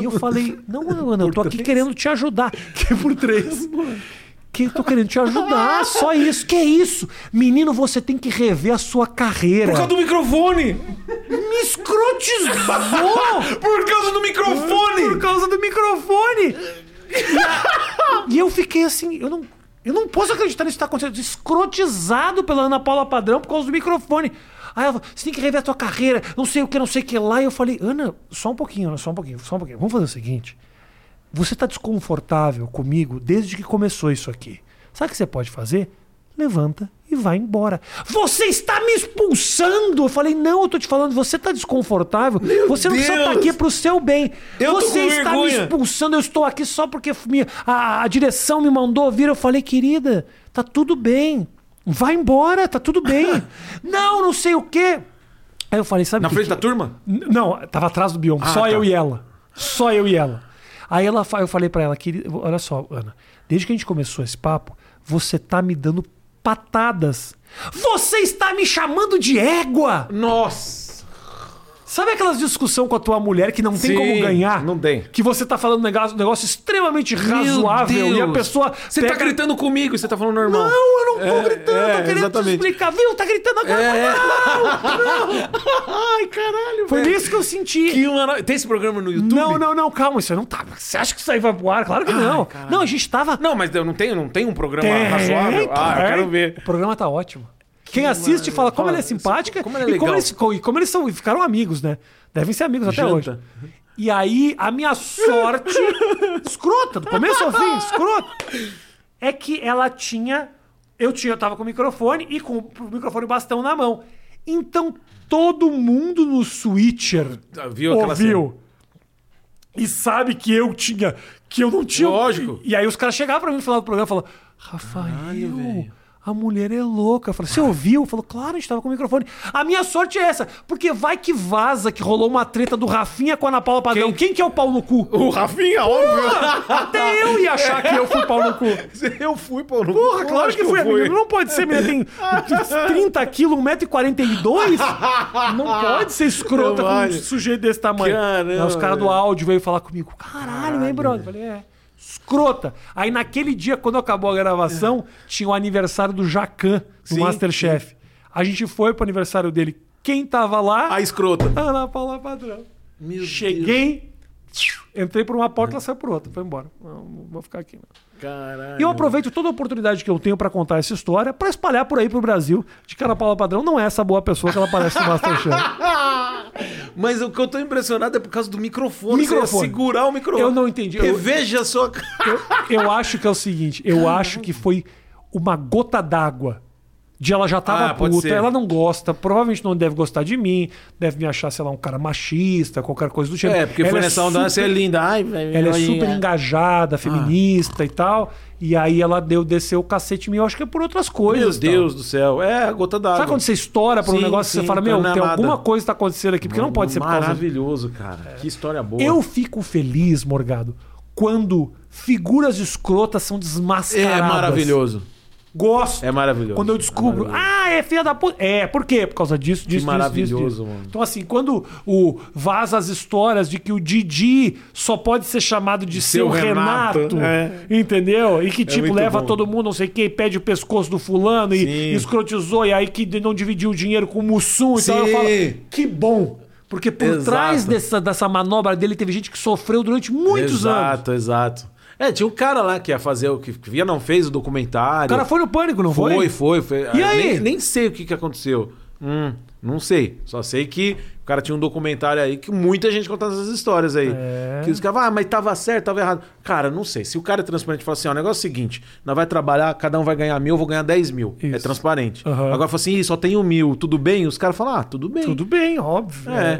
A: E eu falei, não, Ana, eu tô aqui querendo te ajudar. Que por três. Que eu tô querendo te ajudar, só isso. Que isso? Menino, você tem que rever a sua carreira.
B: Por causa do microfone!
A: Me escrotizou!
B: Por causa do microfone!
A: Por causa do microfone! E, a- e eu fiquei assim, eu não. Eu não posso acreditar nisso que tá acontecendo. Escrotizado pela Ana Paula Padrão por causa do microfone. Aí ela falou, você tem que rever a tua carreira, não sei o que, não sei o que lá. E eu falei, Ana, só um pouquinho, Ana, só um pouquinho, só um pouquinho. Vamos fazer o seguinte. Você tá desconfortável comigo desde que começou isso aqui. Sabe o que você pode fazer? Levanta e vai embora. Você está me expulsando! Eu falei, não, eu tô te falando, você tá desconfortável, você não precisa
B: Deus!
A: estar aqui pro seu bem.
B: Eu tô
A: você
B: com
A: está me
B: vergonha.
A: expulsando, eu estou aqui só porque me- a, a direção me mandou vir. Eu falei, querida, tá tudo bem. Vai embora, tá tudo bem. não, não sei o quê. Aí eu falei, sabe
B: Na
A: o que
B: frente
A: que-
B: da turma?
A: N- Não, tava atrás do Bion. só
B: tá.
A: eu e ela. Só eu e ela. Aí ela, fa- eu falei pra ela, querida, olha só, Ana, desde que a gente começou esse papo, você tá me dando patadas. Você está me chamando de égua!
B: Nossa!
A: Sabe aquelas discussão com a tua mulher que não tem
B: Sim,
A: como ganhar?
B: não tem.
A: Que você tá falando um negócio, um negócio extremamente razoável e a
B: Deus!
A: pessoa.
B: Você tá
A: pega-
B: gritando comigo e você tá falando
A: Não,
B: normal.
A: eu não tô
B: É,
A: gritando,
B: é,
A: tô querendo
B: exatamente.
A: te explicar, viu? Tá gritando agora.
B: É.
A: Ai, caralho, Foi isso que eu senti.
B: Que mara- Tem esse programa no YouTube?
A: Não, não, não, calma, isso aí não tá. Você acha que isso aí vai pro ar? Claro que não. Não, a gente tava.
B: Não, mas eu não tem, não tem um programa
A: Tem,
B: razoável? Ah, eu
A: tem.
B: quero ver.
A: O programa tá ótimo. Quem assiste fala como ela é simpática
B: como ela é
A: e, como
B: legal.
A: eles, ficou- e como eles são, e ficaram amigos, né? Devem ser amigos até
B: Janta.
A: hoje. E aí, a minha sorte, escrota, do começo ao fim, escrota, é que ela tinha. Eu tinha, eu tava com o microfone e com o microfone e o bastão na mão. Então, todo mundo no switcher
B: Ah, viu aquela
A: ouviu. E sabe que eu tinha. Que eu não tinha.
B: Lógico.
A: E, aí os caras chegavam pra mim no final do programa e falavam: Rafael, a mulher é louca. Eu falei, você ouviu? Falou, claro, a gente tava com o microfone. A minha sorte é essa, porque vai que vaza que rolou uma treta do Rafinha com a Ana Paula Padrão. Quem, que é o pau no cu?
B: O Rafinha, óbvio.
A: Até eu ia achar que eu fui pau no cu.
B: Eu fui, pô. no-
A: Porra, claro que fui, amigo. Não pode ser, menina tem um 30 quilos, 1,42m. Não pode ser escrota
B: Não
A: com um
B: vale.
A: sujeito desse tamanho.
B: Caramba,
A: Aí os caras do
B: velho.
A: áudio veio falar comigo. Caralho, hein, brother? Eu Falei, é. Escrota. Aí naquele dia, quando acabou a gravação, tinha o aniversário do Jacan, do
B: Sim,
A: Masterchef. A gente foi pro aniversário dele. Quem tava lá?
B: A Ah, escrota.
A: Ana Paula Padrão. Cheguei, entrei por uma porta, ela saiu por outra. Foi embora. Não, não vou ficar aqui, não.
B: Caralho.
A: E eu aproveito toda a oportunidade que eu tenho pra contar essa história pra espalhar por aí pro Brasil de que a Ana Paula Padrão não é essa boa pessoa que ela parece no Masterchef.
B: Mas o que eu tô impressionado é por causa do microfone. Você ia
A: Microfone.
B: segurar o microfone.
A: Eu não entendi. Eu-
B: Reveja a sua...
A: Eu, eu acho que é o seguinte, eu acho que foi uma gota d'água de ela já tava
B: Ah, pode
A: puta,
B: ser.
A: ela não gosta, provavelmente não deve gostar de mim, deve me achar, sei lá, um cara machista, qualquer coisa do tipo.
B: É, porque
A: Ela
B: foi nessa onda,
A: super-
B: você é linda. Ai, velho.
A: Ela é
B: olha aí,
A: super
B: é.
A: engajada, feminista e tal. E aí ela deu, desceu o cacete em mim, eu acho que é por outras coisas.
B: Meu
A: e tal.
B: Deus do céu. É, a gota d'água.
A: Sabe quando você estoura pra um
B: Sim,
A: negócio e você
B: sim,
A: fala,
B: tá
A: meu,
B: na
A: tem
B: nada.
A: alguma coisa que tá acontecendo aqui, porque não pode ser por causa disso.
B: É Maravilhoso, cara. Que história boa.
A: Eu fico feliz, Morgado, quando figuras escrotas são
B: É
A: desmascaradas.
B: maravilhoso.
A: Gosto.
B: É maravilhoso.
A: Quando eu descubro,
B: É maravilhoso.
A: ah, é filha da puta. É, por quê? Por causa disso, disso, disso,
B: maravilhoso,
A: disso, disso.
B: mano.
A: Então, assim, quando o vaza as histórias de que o Didi só pode ser chamado de seu,
B: Seu
A: Renato,
B: Renato, é.
A: entendeu? E que, tipo,
B: muito
A: leva
B: bom.
A: todo mundo, não sei o quê, e pede o pescoço do fulano e
B: Sim.
A: escrotizou, e aí que não dividiu o dinheiro com o Mussum e tal. Eu
B: Sim.
A: falo, que bom. Porque por
B: Exato.
A: trás dessa, dessa manobra dele teve gente que sofreu durante muitos anos.
B: exato, Exato, É, tinha um cara lá que ia fazer o que que via, não fez o documentário.
A: O cara foi no pânico, não foi?
B: Foi, foi, foi.
A: E
B: Ah,
A: aí?
B: Nem, nem sei o que, que aconteceu. Hum, não sei. Só sei que o cara tinha um documentário aí que muita gente contava essas histórias aí.
A: É.
B: Que os caras falam, ah, mas tava certo, tava errado. Cara, não sei. Se o cara é transparente e fala assim, ó, o negócio é o seguinte, nós vai trabalhar, cada um vai ganhar mil, eu vou ganhar dez mil. É
A: Isso.
B: transparente.
A: Aham.
B: Agora fala assim, "Ih, só tenho mil, tudo bem? Os caras falam, ah, tudo bem.
A: Tudo bem, óbvio.
B: É.
A: É, é, é,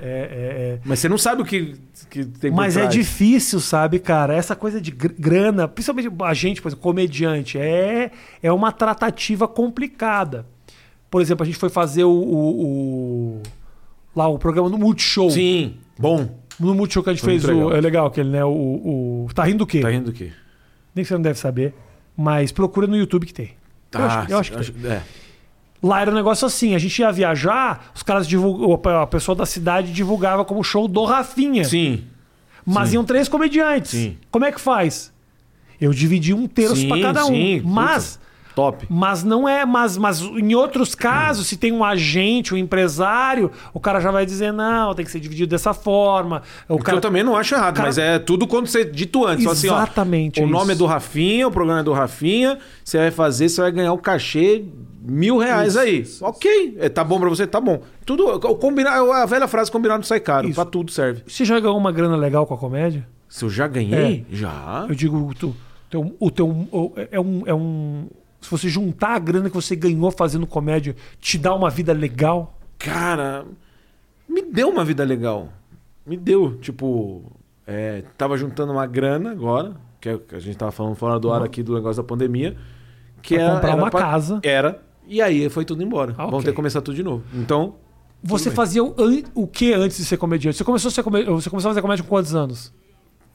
A: é.
B: Mas você não sabe o que, que tem por
A: Mas é
B: trás.
A: difícil, sabe, cara? Essa coisa de gr- grana, principalmente a gente, por exemplo, comediante, é, é uma tratativa complicada. Por exemplo, a gente foi fazer o, o- o- lá o programa no Multishow.
B: Sim, bom.
A: No Multishow que a gente
B: Foi
A: fez
B: muito
A: o.
B: legal.
A: É legal aquele, né? O, o- Tá rindo do quê?
B: Tá rindo do quê?
A: Nem que você não deve saber. Mas procura no YouTube que tem.
B: Tá,
A: eu acho, que- eu acho que tem.
B: é.
A: Lá era um negócio assim, a gente ia viajar, os caras divulgam, a pessoa da cidade divulgava como show do Rafinha.
B: Sim.
A: Mas
B: Sim.
A: iam três comediantes.
B: Sim.
A: Como é que faz? Eu dividi um terço
B: Sim,
A: pra cada um.
B: sim, puta.
A: mas
B: top.
A: Mas não é, mas, mas em outros casos, se tem um agente, um empresário, o cara já vai dizer, não, tem que ser dividido dessa forma. O
B: O que
A: cara
B: eu também não acho errado,
A: cara-
B: mas é tudo quando você dito antes. Só assim, ó,
A: Exatamente, é
B: o nome é
A: isso.
B: do Rafinha, o programa é do Rafinha, você vai fazer, você vai ganhar o cachê mil reais aí. ok, é, tá bom pra você, tá bom. Tudo, o combinar, a velha frase combinado sai caro,
A: Isso.
B: pra tudo serve.
A: Você já ganhou uma grana legal com a comédia?
B: Se eu já ganhei,
A: É.
B: já.
A: Eu digo, tu, teu- o teu. o- é, um, é um. Se você juntar a grana que você ganhou fazendo comédia, te dá uma vida legal.
B: Cara, me deu uma vida legal. Me deu. Tipo, é, tava juntando uma grana agora, que é o que a gente tava falando fora do ar aqui do negócio da pandemia. Que
A: Uhum. Pra
B: era,
A: comprar
B: era
A: uma casa.
B: Era. E aí foi tudo embora.
A: Ah,
B: Vamos
A: ok.
B: ter que começar tudo de novo. Então,
A: Você
B: bem.
A: fazia o, an- o que antes de ser comediante? Você começou a, ser come- você começou a fazer comédia com quantos anos?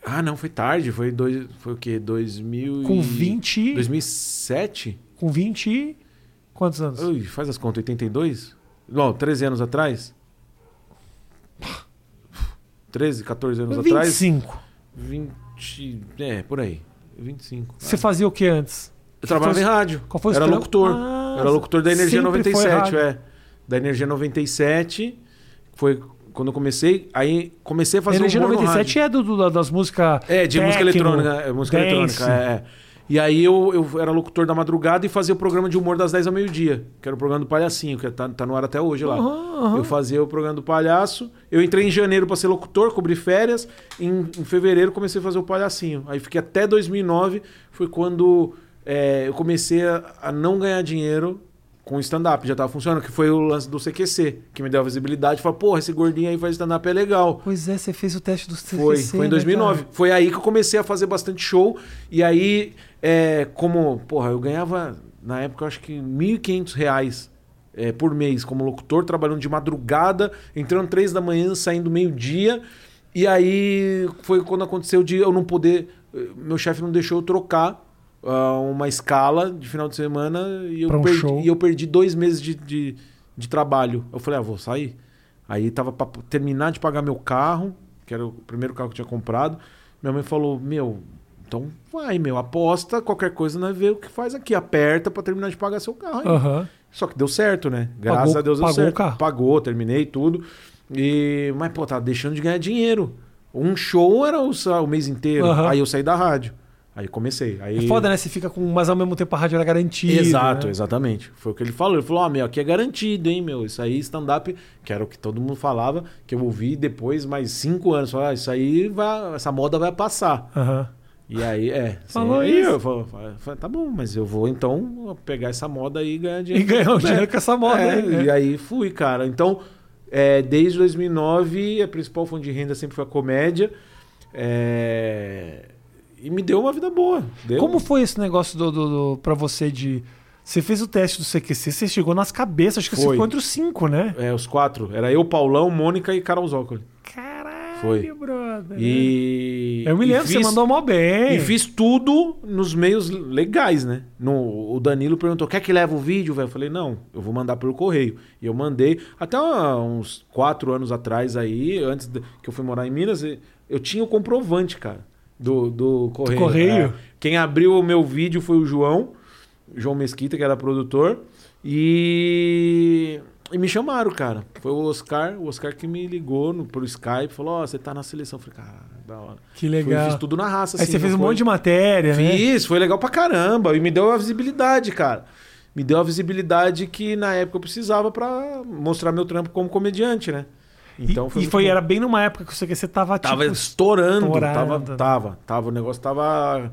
B: ah, não, foi tarde. Foi, dois, foi o quê? 2000
A: Com
B: e-
A: 20?
B: 2007?
A: Com 20 e. Quantos anos?
B: Ui, faz as contas, 82? Não, 13 anos atrás? 13, 14 anos atrás?
A: 25.
B: 20. É, por aí. 25.
A: Você fazia o que antes?
B: Eu trabalhava
A: Qual
B: em rádio.
A: qual foi o
B: era
A: seu-
B: locutor.
A: Ah,
B: era locutor da Energia
A: sempre foi
B: 97,
A: rádio.
B: é. Da Energia 97. Foi quando eu comecei. Aí comecei a fazer
A: Energia
B: humor um no
A: 97
B: rádio.
A: é do, do- das músicas.
B: É, de música
A: techno,
B: eletrônica. é, música
A: dance.
B: eletrônica, é, é. E aí eu, eu era locutor da madrugada e fazia o programa de humor das 10 ao meio-dia, que era o programa do Palhacinho, que tá, tá no ar até hoje lá.
A: Aham, aham.
B: Eu fazia o programa do Palhaço. Eu entrei em janeiro pra ser locutor, cobri férias. Em, em fevereiro comecei a fazer o Palhacinho. Aí fiquei até 2009, foi quando é, eu comecei a, a não ganhar dinheiro com stand-up. Já tava funcionando, que foi o lance do CQC, que me deu a visibilidade. Falei, porra, esse gordinho aí faz stand-up, é legal.
A: Pois é, você fez o teste do CQC,
B: Foi, foi
A: né,
B: em 2009.
A: cara?
B: Foi aí que eu comecei a fazer bastante show. E aí, é, como, porra, eu ganhava, na época, eu acho que R$ 1.500 reais é, por mês como locutor, trabalhando de madrugada, entrando três da manhã, saindo meio-dia. E aí foi quando aconteceu de eu não poder. eh, Meu chefe não deixou eu trocar ah, uma escala de final de semana e eu,
A: Pra um
B: perdi,
A: show.
B: e eu perdi dois meses de, de, de trabalho. Eu falei, ah, vou sair. Aí tava pra terminar de pagar meu carro, que era o primeiro carro que eu tinha comprado. Minha mãe falou, meu, então vai, meu, aposta, qualquer coisa, né? Vê o que faz aqui, aperta pra terminar de pagar seu carro. aí."
A: Aham.
B: Só que deu certo, né? Graças
A: Pagou-
B: a Deus deu
A: pagou o
B: certo.
A: carro.
B: Pagou, terminei tudo. E, mas, pô, tava deixando de ganhar dinheiro. Um show era o, sa- o mês inteiro.
A: Aham.
B: Aí eu saí da rádio. Aí comecei. Aí...
A: É foda, né? Você fica com. Mas ao mesmo tempo a rádio era garantida.
B: Exato,
A: né?
B: exatamente. Foi o que ele falou. Ele falou: Ó, meu, aqui é garantido, hein, meu. Isso aí, stand-up, que era o que todo mundo falava, que eu ouvi depois mais cinco anos. Falei, ah, isso aí, vai, essa moda vai passar.
A: Aham.
B: E aí, é. assim,
A: Falou
B: aí
A: isso.
B: Eu falo, falo, tá bom, mas eu vou então pegar essa moda aí e ganhar
A: E
B: dinheiro.
A: ganhou
B: É.
A: dinheiro com essa moda,
B: É,
A: né?
B: E aí fui, cara. Então, é, desde 2009, a principal fonte de renda sempre foi a comédia. É, E me deu uma vida boa. Deu.
A: Como foi esse negócio do, do, do- pra você de. Você fez o teste do CQC, você chegou nas cabeças, acho que você
B: Foi.
A: ficou entre os cinco, né?
B: É, os quatro. Era eu, Paulão, Mônica e Carol Zócoli.
A: Caralho,
B: Foi.
A: brother.
B: E.
A: Eu me lembro,
B: e
A: você
B: fiz-
A: mandou mal bem.
B: E fiz tudo nos meios legais, né? No, o Danilo perguntou: quer que leve o vídeo, velho? Eu falei, não, eu vou mandar pelo correio. E eu mandei. Até ah, uns quatro anos atrás aí, antes de- que eu fui morar em Minas, eu tinha o comprovante, cara, do, do correio.
A: correio?
B: É. Quem abriu o meu vídeo foi o João, João Mesquita, que era produtor. E. E me chamaram, cara. Foi o Oscar, o Oscar que me ligou no, pro Skype, falou: Ó, você tá na seleção. Eu falei, cara, da hora.
A: Que
B: Fui-
A: legal.
B: Fiz tudo na raça.
A: Aí
B: assim,
A: você fez um
B: não foi-
A: monte de matéria, né?
B: Fiz, foi legal pra caramba. E me deu a visibilidade, cara. Me deu a visibilidade que na época eu precisava pra mostrar meu trampo como comediante, né?
A: E-
B: Então foi
A: e
B: muito
A: foi,
B: bom.
A: era bem numa época que o CQC tava, tipo,
B: Tava estourando,
A: estourando.
B: Tava, tava, tava. O negócio tava.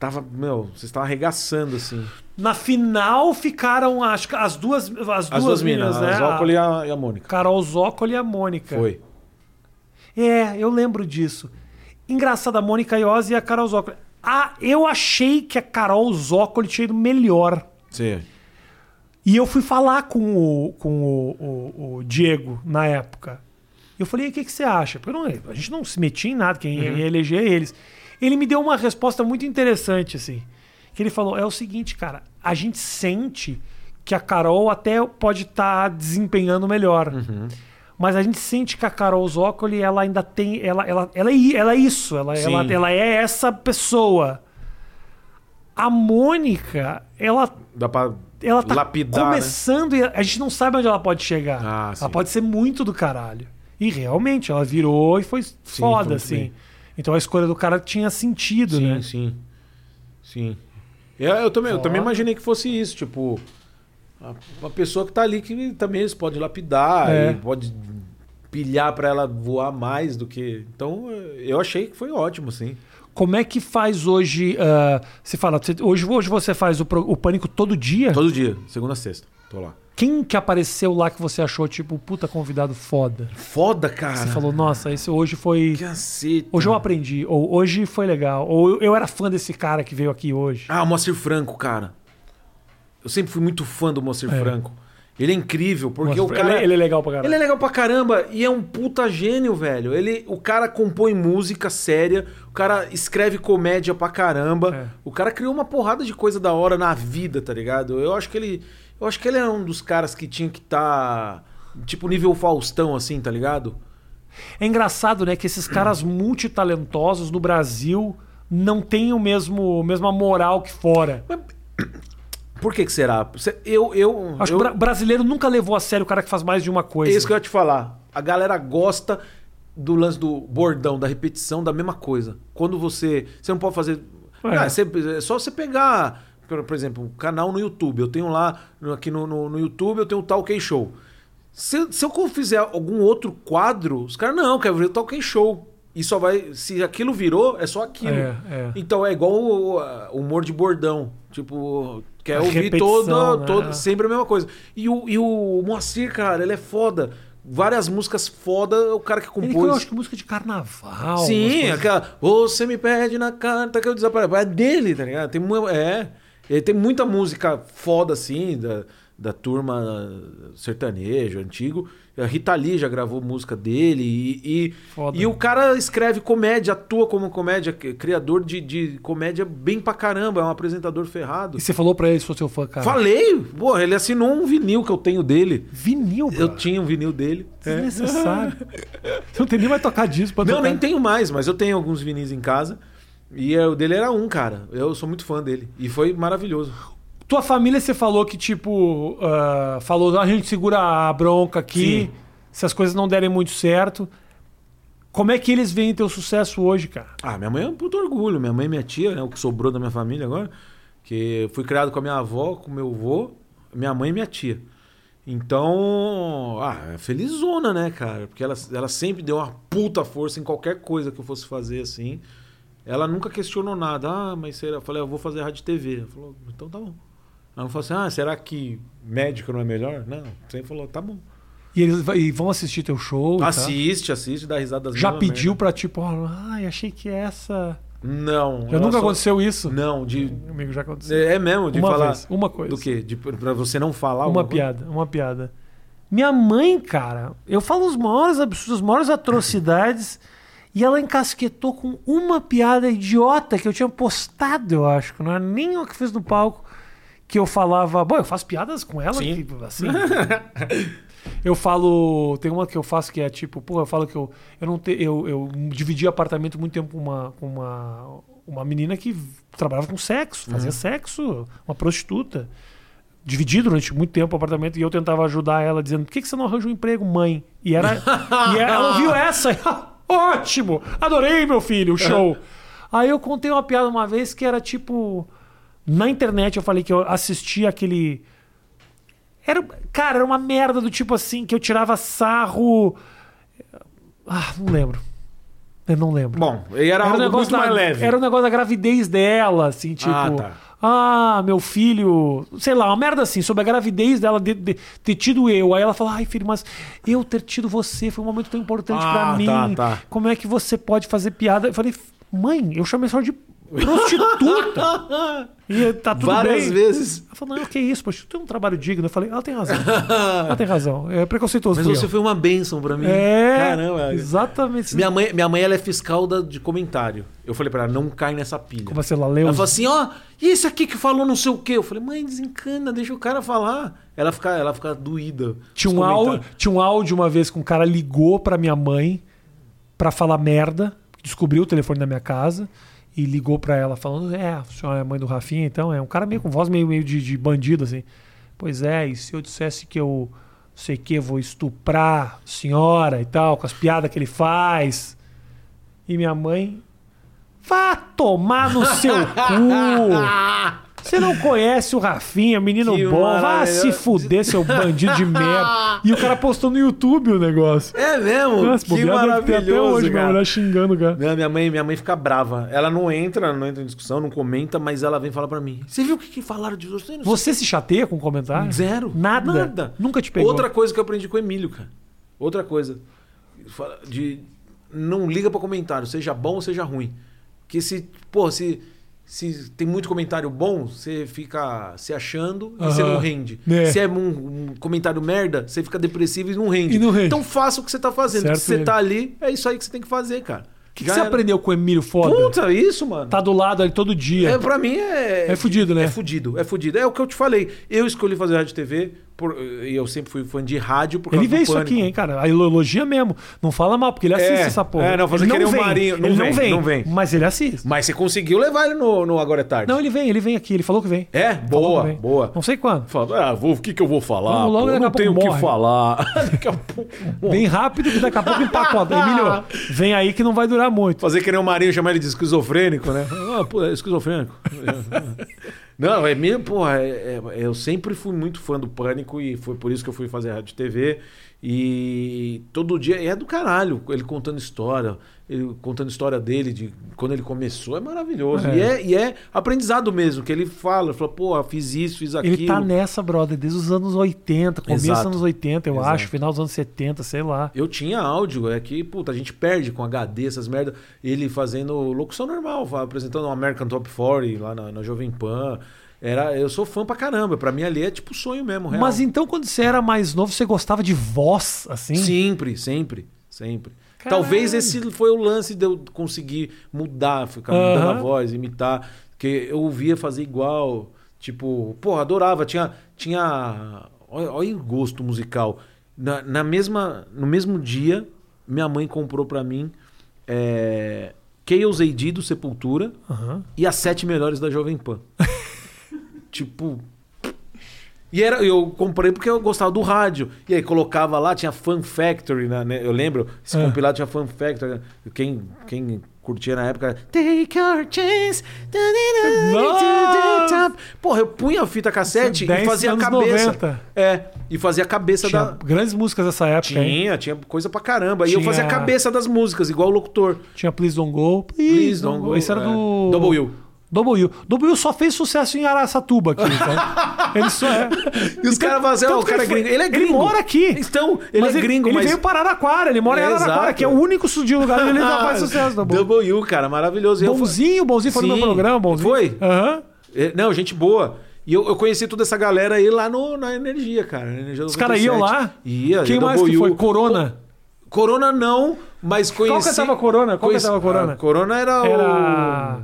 B: Tava, meu, vocês estavam arregaçando, assim.
A: Na final ficaram, acho que as duas, as duas,
B: As duas minas,
A: né?
B: a Zócoli e a, e a Mônica.
A: Carol Zócoli e a Mônica.
B: Foi.
A: É, eu lembro disso. Engraçada, a Mônica Iose e a Carol Zócoli. Ah, eu achei que a Carol Zócoli tinha ido melhor.
B: Sim.
A: E eu fui falar com o, com o, o- o Diego na época. Eu falei, "E o que, que você acha? Porque eu não- a gente não se metia em nada, quem ia eleger é eles. Ele me deu uma resposta muito interessante, assim. Que ele falou, é o seguinte, cara, a gente sente que a Carol até pode estar desempenhando melhor. Mas a gente sente que a Carol Zócoli, ela ainda tem... Ela, ela, ela, é, i- ela é isso, ela, ela,
B: Sim.
A: ela é essa pessoa. A Mônica, ela,
B: Dá pra
A: ela tá
B: lapidar, né?
A: começando e a gente não sabe onde ela pode chegar.
B: Ah, sim.
A: ela pode ser muito do caralho. E realmente, ela virou e foi
B: foi muito
A: foda, assim.
B: bem.
A: Então a escolha do cara tinha sentido,
B: Sim,
A: né?
B: sim. Sim. É, Eu, eu também, eu também imaginei que fosse isso, tipo... a- Uma pessoa que tá ali que também eles podem lapidar
A: É.
B: e pode pilhar pra ela voar mais do que... Então, eu achei que foi ótimo, sim.
A: Como é que faz hoje? ah, você fala, você- hoje, hoje você faz o, pro- o pânico todo dia?
B: Todo dia, segunda a sexta, tô lá.
A: Quem que apareceu lá que você achou, tipo, puta convidado foda?
B: Foda, cara.
A: Você falou, nossa, esse hoje foi.
B: Caceta.
A: Hoje eu aprendi, ou hoje foi legal, ou eu- eu era fã desse cara que veio aqui hoje.
B: Ah, o Moacir Franco, cara. Eu sempre fui muito fã do Moacir Franco. Ele é incrível, porque
A: Nossa,
B: o cara.
A: ele, ele é legal pra caralho.
B: Ele é legal pra caramba e é um puta gênio, velho. Ele, o cara compõe música séria, o cara escreve comédia pra caramba.
A: É.
B: O cara criou uma porrada de coisa da hora na vida, tá ligado? Eu acho que ele, eu acho que ele é um dos caras que tinha que estar tipo nível Faustão assim, tá ligado?
A: É engraçado, né, que esses caras multitalentosos no Brasil não têm o mesmo mesma moral que fora.
B: Por que que será? Cê- Eu eu
A: Acho que
B: eu,
A: o bra- brasileiro nunca levou a sério o cara que faz mais de uma
B: É
A: coisa.
B: isso que eu ia te falar. A galera gosta do lance do bordão, da repetição, da mesma coisa. Quando você. Você não pode fazer.
A: É.
B: Ah, você- é só você pegar, por, por exemplo, um canal no YouTube. Eu tenho lá, no- aqui no, no, no YouTube, eu tenho o Talk Show. Se, se eu fizer algum outro quadro, os caras, não, quero ver o Talk Show. E só vai. Se aquilo virou, é só aquilo.
A: É, é.
B: Então é igual o, o humor de bordão. Tipo, quer
A: A
B: ouvir
A: repetição,
B: todo,
A: né?
B: todo, sempre a mesma coisa. E o, e o Moacir, cara, ele é foda. Várias músicas foda, o cara que
A: Ele criou, né?
B: compôs.
A: acho que música de carnaval. umas
B: Sim,
A: coisas- assim.
B: aquela. Você me perde na carta que eu desapareço. É dele, tá ligado? Tem, mu- é, ele tem muita música foda, assim, da, da turma sertanejo, antigo. A Rita Lee já gravou música dele. E, e,
A: Foda.
B: e o cara escreve comédia, atua como comédia, criador de, de comédia bem pra caramba. É um apresentador ferrado.
A: E você falou pra ele, sou seu fã, cara.
B: Falei, pô, ele assinou um vinil que eu tenho dele.
A: Vinil,
B: Eu
A: bro.
B: tinha um vinil dele.
A: Desnecessário. Você não tem nem mais tocar disco pra
B: Não,
A: tocar.
B: nem tenho mais, mas eu tenho alguns vinis em casa. E é, o dele era um, cara. Eu sou muito fã dele. E foi maravilhoso.
A: Tua família, você falou que, tipo, ah, falou, "Ah, a gente segura a bronca aqui,
B: Sim.
A: se as coisas não derem muito certo. Como é que eles veem teu sucesso hoje, cara?
B: Ah, minha mãe é um puto orgulho. Minha mãe e minha tia, né, o que sobrou da minha família agora. Que eu fui criado com a minha avó, com meu avô, minha mãe e minha tia. Então, ah, é felizona, né, cara? Porque ela, ela sempre deu uma puta força em qualquer coisa que eu fosse fazer, assim. Ela nunca questionou nada. Ah, mas será? Eu falei, eu vou fazer rádio e TV. Ela falou, então tá bom. Ela não falou assim, ah, será que médico não é melhor? Não, sempre falou, tá bom.
A: E eles va- e vão assistir teu show?
B: Ah,
A: tá?
B: Assiste, assiste, dá risada das
A: Já
B: mesmas
A: pediu pra, tipo, ah, ai, achei que essa.
B: merda." Não.
A: Já
B: ela
A: nunca
B: só-
A: aconteceu isso?
B: Não, de
A: Comigo já aconteceu.
B: É é mesmo, de
A: uma
B: falar.
A: vez, uma coisa.
B: Do quê? De, pra você não falar
A: Uma
B: alguma coisa?
A: piada, uma piada. Minha mãe, cara, eu falo os maiores absurdos, as maiores atrocidades, e ela encasquetou com uma piada idiota que eu tinha postado, eu acho, que não era nem o que fez no palco, que eu falava, bom, eu faço piadas com ela,
B: Sim.
A: que, assim. eu falo, tem uma que eu faço que é tipo, pô, eu falo que eu eu não te, eu, eu dividi apartamento muito tempo com uma com uma uma menina que trabalhava com sexo,
B: Uhum.
A: fazia sexo, uma prostituta dividi durante muito tempo o apartamento e eu tentava ajudar ela, dizendo: por que, que você não arranja um emprego, mãe? E, era, e ela ouviu essa. e, Ótimo! Adorei, meu filho, show! Aí eu contei uma piada uma vez que era tipo. Na internet eu falei que eu assisti aquele. Era, cara, era uma merda do tipo assim, que eu tirava sarro. Ah, não lembro. Eu não lembro.
B: Bom, e
A: Era
B: era,
A: um
B: algo muito
A: negócio
B: mais
A: da,
B: leve.
A: Era um negócio da gravidez dela, assim, tipo.
B: Ah,
A: Ah,
B: tá.
A: meu filho. Sei lá, uma merda assim, sobre a gravidez dela de- de- ter tido eu. Aí ela fala, ai, filho, mas eu ter tido você foi um momento tão importante
B: Ah,
A: pra mim.
B: tá, tá.
A: Como é que você pode fazer piada? Eu falei, mãe, eu chamei a senhora de prostituta. e tá tudo
B: Várias
A: bem.
B: vezes.
A: Ela falou, não, que isso, prostituta é um trabalho digno. Eu falei, ela tem razão. ela tem razão. É preconceituoso.
B: Mas
A: fui
B: você
A: eu.
B: foi uma bênção pra mim.
A: É,
B: Caramba.
A: exatamente.
B: Minha mãe, minha mãe ela é fiscal da- de comentário. Eu falei pra ela, não cai nessa pilha.
A: Como assim, ela leu
B: Ela
A: os-
B: falou assim, ó, e esse aqui que falou não sei o quê? Eu falei, mãe, desencana, deixa o cara falar. Ela fica, ela fica doída.
A: Tinha
B: Os
A: um, áudio,
B: comentários.
A: tinha um áudio uma vez que um cara ligou pra minha mãe pra falar merda, descobriu o telefone da minha casa e e ligou pra ela falando: É, a senhora é mãe do Rafinha, então é um cara meio com voz meio, meio de, de bandido, assim. Pois é, e se eu dissesse que eu não sei que, vou estuprar a senhora e tal, com as piadas que ele faz. E minha mãe. Vá tomar no seu
B: Ah,
A: cu! Você não conhece o Rafinha, menino
B: Que
A: bom, vá
B: maravilhoso.
A: se fuder, seu bandido de merda. E o cara postou no YouTube o negócio.
B: É mesmo?
A: Nossa,
B: que
A: bobear deve ter até
B: maravilhoso,
A: hoje, né? minha
B: cara.
A: mulher xingando o cara.
B: Minha, minha mãe, minha mãe fica brava. Ela não entra, não entra em discussão, não comenta, mas ela vem falar pra mim. Você viu o que, que falaram de você? Não sei
A: Você se chateia com comentário?
B: Zero.
A: Nada.
B: Nada.
A: Nunca te pegou.
B: Outra coisa que eu aprendi com o Emílio, cara. Outra coisa. Fala De não liga pra comentário, seja bom ou seja ruim. Porque se, pô, se se tem muito comentário bom, você fica se achando e você
A: Aham.
B: não rende.
A: É.
B: Se é um, um comentário merda, você fica depressivo e não rende.
A: E não rende.
B: Então faça o que você tá fazendo.
A: Certo
B: Se você
A: ele.
B: tá ali, é isso aí que você tem que fazer, cara.
A: O que, que você aprendeu com o Emílio Foda?
B: Puta, isso, mano.
A: Tá do lado ali todo dia.
B: É, pra mim é.
A: É fudido, né?
B: É fudido, é fudido. É o que eu te falei. Eu escolhi fazer rádio e TV por- e eu sempre fui fã de rádio por
A: Ele
B: causa do
A: vê isso
B: Pânico.
A: aqui, hein, cara. A elogia mesmo. Não fala mal, porque ele assiste
B: É,
A: essa porra.
B: é, não, fazer
A: ele
B: que nem o Marinho. Não
A: ele
B: vem,
A: não vem.
B: não vem.
A: Mas ele assiste.
B: Mas você conseguiu levar ele no, no Agora é Tarde.
A: Não, ele vem, ele vem aqui. Ele falou que vem.
B: É?
A: Falou que
B: Boa,
A: vem.
B: boa.
A: Não sei quando.
B: Fala, ah, vou, o que, que eu vou falar?
A: Vamos logo,
B: pô?
A: daqui a
B: Eu não
A: pouco
B: tenho o que
A: morre.
B: falar. daqui a pouco. morre.
A: Bem rápido que daqui a pouco empacota. Emílio, vem aí que não vai durar muito.
B: Fazer que nem o Marinho chamar ele de esquizofrênico, né? Ah, pô, é esquizofrênico. Não, é mesmo, porra, é- é- eu sempre fui muito fã do Pânico e foi por isso que eu fui fazer rádio e TV. E todo dia é do caralho, ele contando história, ele contando história dele, de quando ele começou, é maravilhoso.
A: É.
B: E, é, e é aprendizado mesmo, que ele fala, ele fala, pô, fiz isso, fiz aquilo.
A: Ele tá nessa, brother, desde os anos 80, começo dos
B: Exato.
A: anos 80, eu
B: Exato.
A: acho, final dos anos 70, sei lá.
B: Eu tinha áudio, é que, puta, a gente perde com HD, essas merdas. Ele fazendo locução normal, fa- apresentando o American Top 40 lá na, na Jovem Pan. Era, eu sou fã pra caramba. Pra mim ali é tipo sonho mesmo, real.
A: Mas então, quando você era mais novo, você gostava de voz, assim?
B: Sempre, sempre, sempre.
A: Caralho.
B: Talvez esse foi o lance de eu conseguir mudar, ficar mudando a
A: Aham.
B: voz, imitar. Porque eu ouvia fazer igual. Tipo, porra, adorava. Tinha. tinha olha, olha o gosto musical. Na, na mesma, no mesmo dia, minha mãe comprou pra mim é, Chaos AD do Sepultura
A: Aham.
B: e as sete melhores da Jovem Pan. tipo. E era, eu comprei porque eu gostava do rádio. E aí colocava lá, tinha Fan Factory, na- né? eu lembro, esse
A: Ah.
B: compilado tinha Fan Factory. né? Quem, quem curtia na época. Take your chance. da, da, da, da, da, da. Porra, eu punha a fita cassete
A: Isso é
B: e
A: 10
B: fazia a
A: anos
B: cabeça.
A: 90.
B: É, e fazia a cabeça
A: Tinha
B: da.
A: grandes músicas dessa época, hein?
B: Tinha, tinha coisa pra caramba. E eu
A: Tinha-
B: fazia a cabeça das músicas, igual o locutor.
A: Tinha Please Don't Go. Please,
B: Please Don't Go,
A: Isso era
B: é.
A: do.
B: Double U.
A: Double U. Double U só fez sucesso em Araçatuba aqui. Então. ele só é.
B: E os caras faziam, "Ah,
A: Tanto
B: o
A: que
B: cara é
A: foi-
B: gringo. Ele é
A: Ele
B: gringo.
A: mora aqui.
B: Então, ele
A: Mas
B: é gringo,
A: ele,
B: mas.
A: Ele veio para Araraquara, ele mora em
B: Exato.
A: Araraquara, que é o único su- de lugar onde ele já faz sucesso. Double U.
B: W, Ah, cara, maravilhoso. E eu fui-
A: Bonzinho, Bonzinho foi no meu
B: Sim.
A: programa, Bonzinho.
B: Foi?
A: Aham.
B: É, Não, gente boa. E eu, eu conheci toda essa galera aí lá no, na Energia, cara. na Energia
A: Os caras iam lá?
B: Ia,
A: Quem
B: ia
A: mais que
B: W.
A: foi? Corona.
B: Corona não, mas conheci...
A: Qual que tava Corona? Qual que tava Corona?
B: Ah, corona era,
A: Era.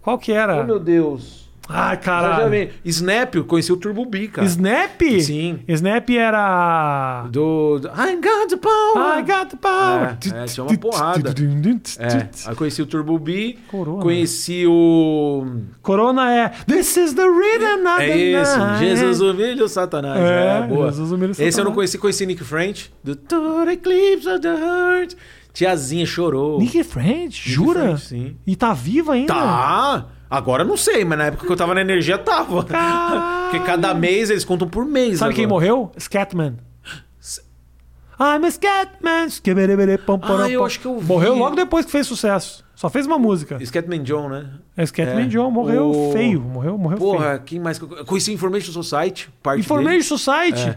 A: Qual que
B: o... Oh,
A: era?
B: meu Deus.
A: Ah,
B: Já, já
A: caralho.
B: vem. Snap, eu conheci o Turbo B, cara.
A: Snap?
B: Sim.
A: Snap era.
B: Do... do- I got the power.
A: I got the power.
B: É, é, tinha uma porrada. É, aí conheci o Turbo B.
A: Corona.
B: Conheci o...
A: Corona é. This is the rhythm of
B: É
A: the
B: isso.
A: night.
B: Jesus humilha o Satanás.
A: É,
B: É, boa.
A: Jesus humilha o
B: Esse eu não
A: Satanás.
B: conheci, conheci Nick French. Do Total Eclipse of the Heart. Tiazinha chorou.
A: Nick French, jura?
B: French, sim.
A: E tá viva ainda?
B: Tá. Agora eu não sei, mas na época que eu tava na energia, tava.
A: Caralho.
B: Porque cada mês eles contam por mês.
A: Sabe quem
B: agora.
A: morreu? Scatman. I'm a Scatman. Skibberibere, pam, param,
B: Ah, eu
A: pam.
B: acho que eu vi.
A: Morreu logo depois que fez sucesso. Só fez uma música.
B: Scatman John, né?
A: É, Scatman
B: É.
A: John morreu
B: O-
A: feio. Morreu, morreu feio.
B: Porra, quem mais que eu eu conheci? Information Society, parte
A: Information Ah,
B: dele.
A: Society.
B: É.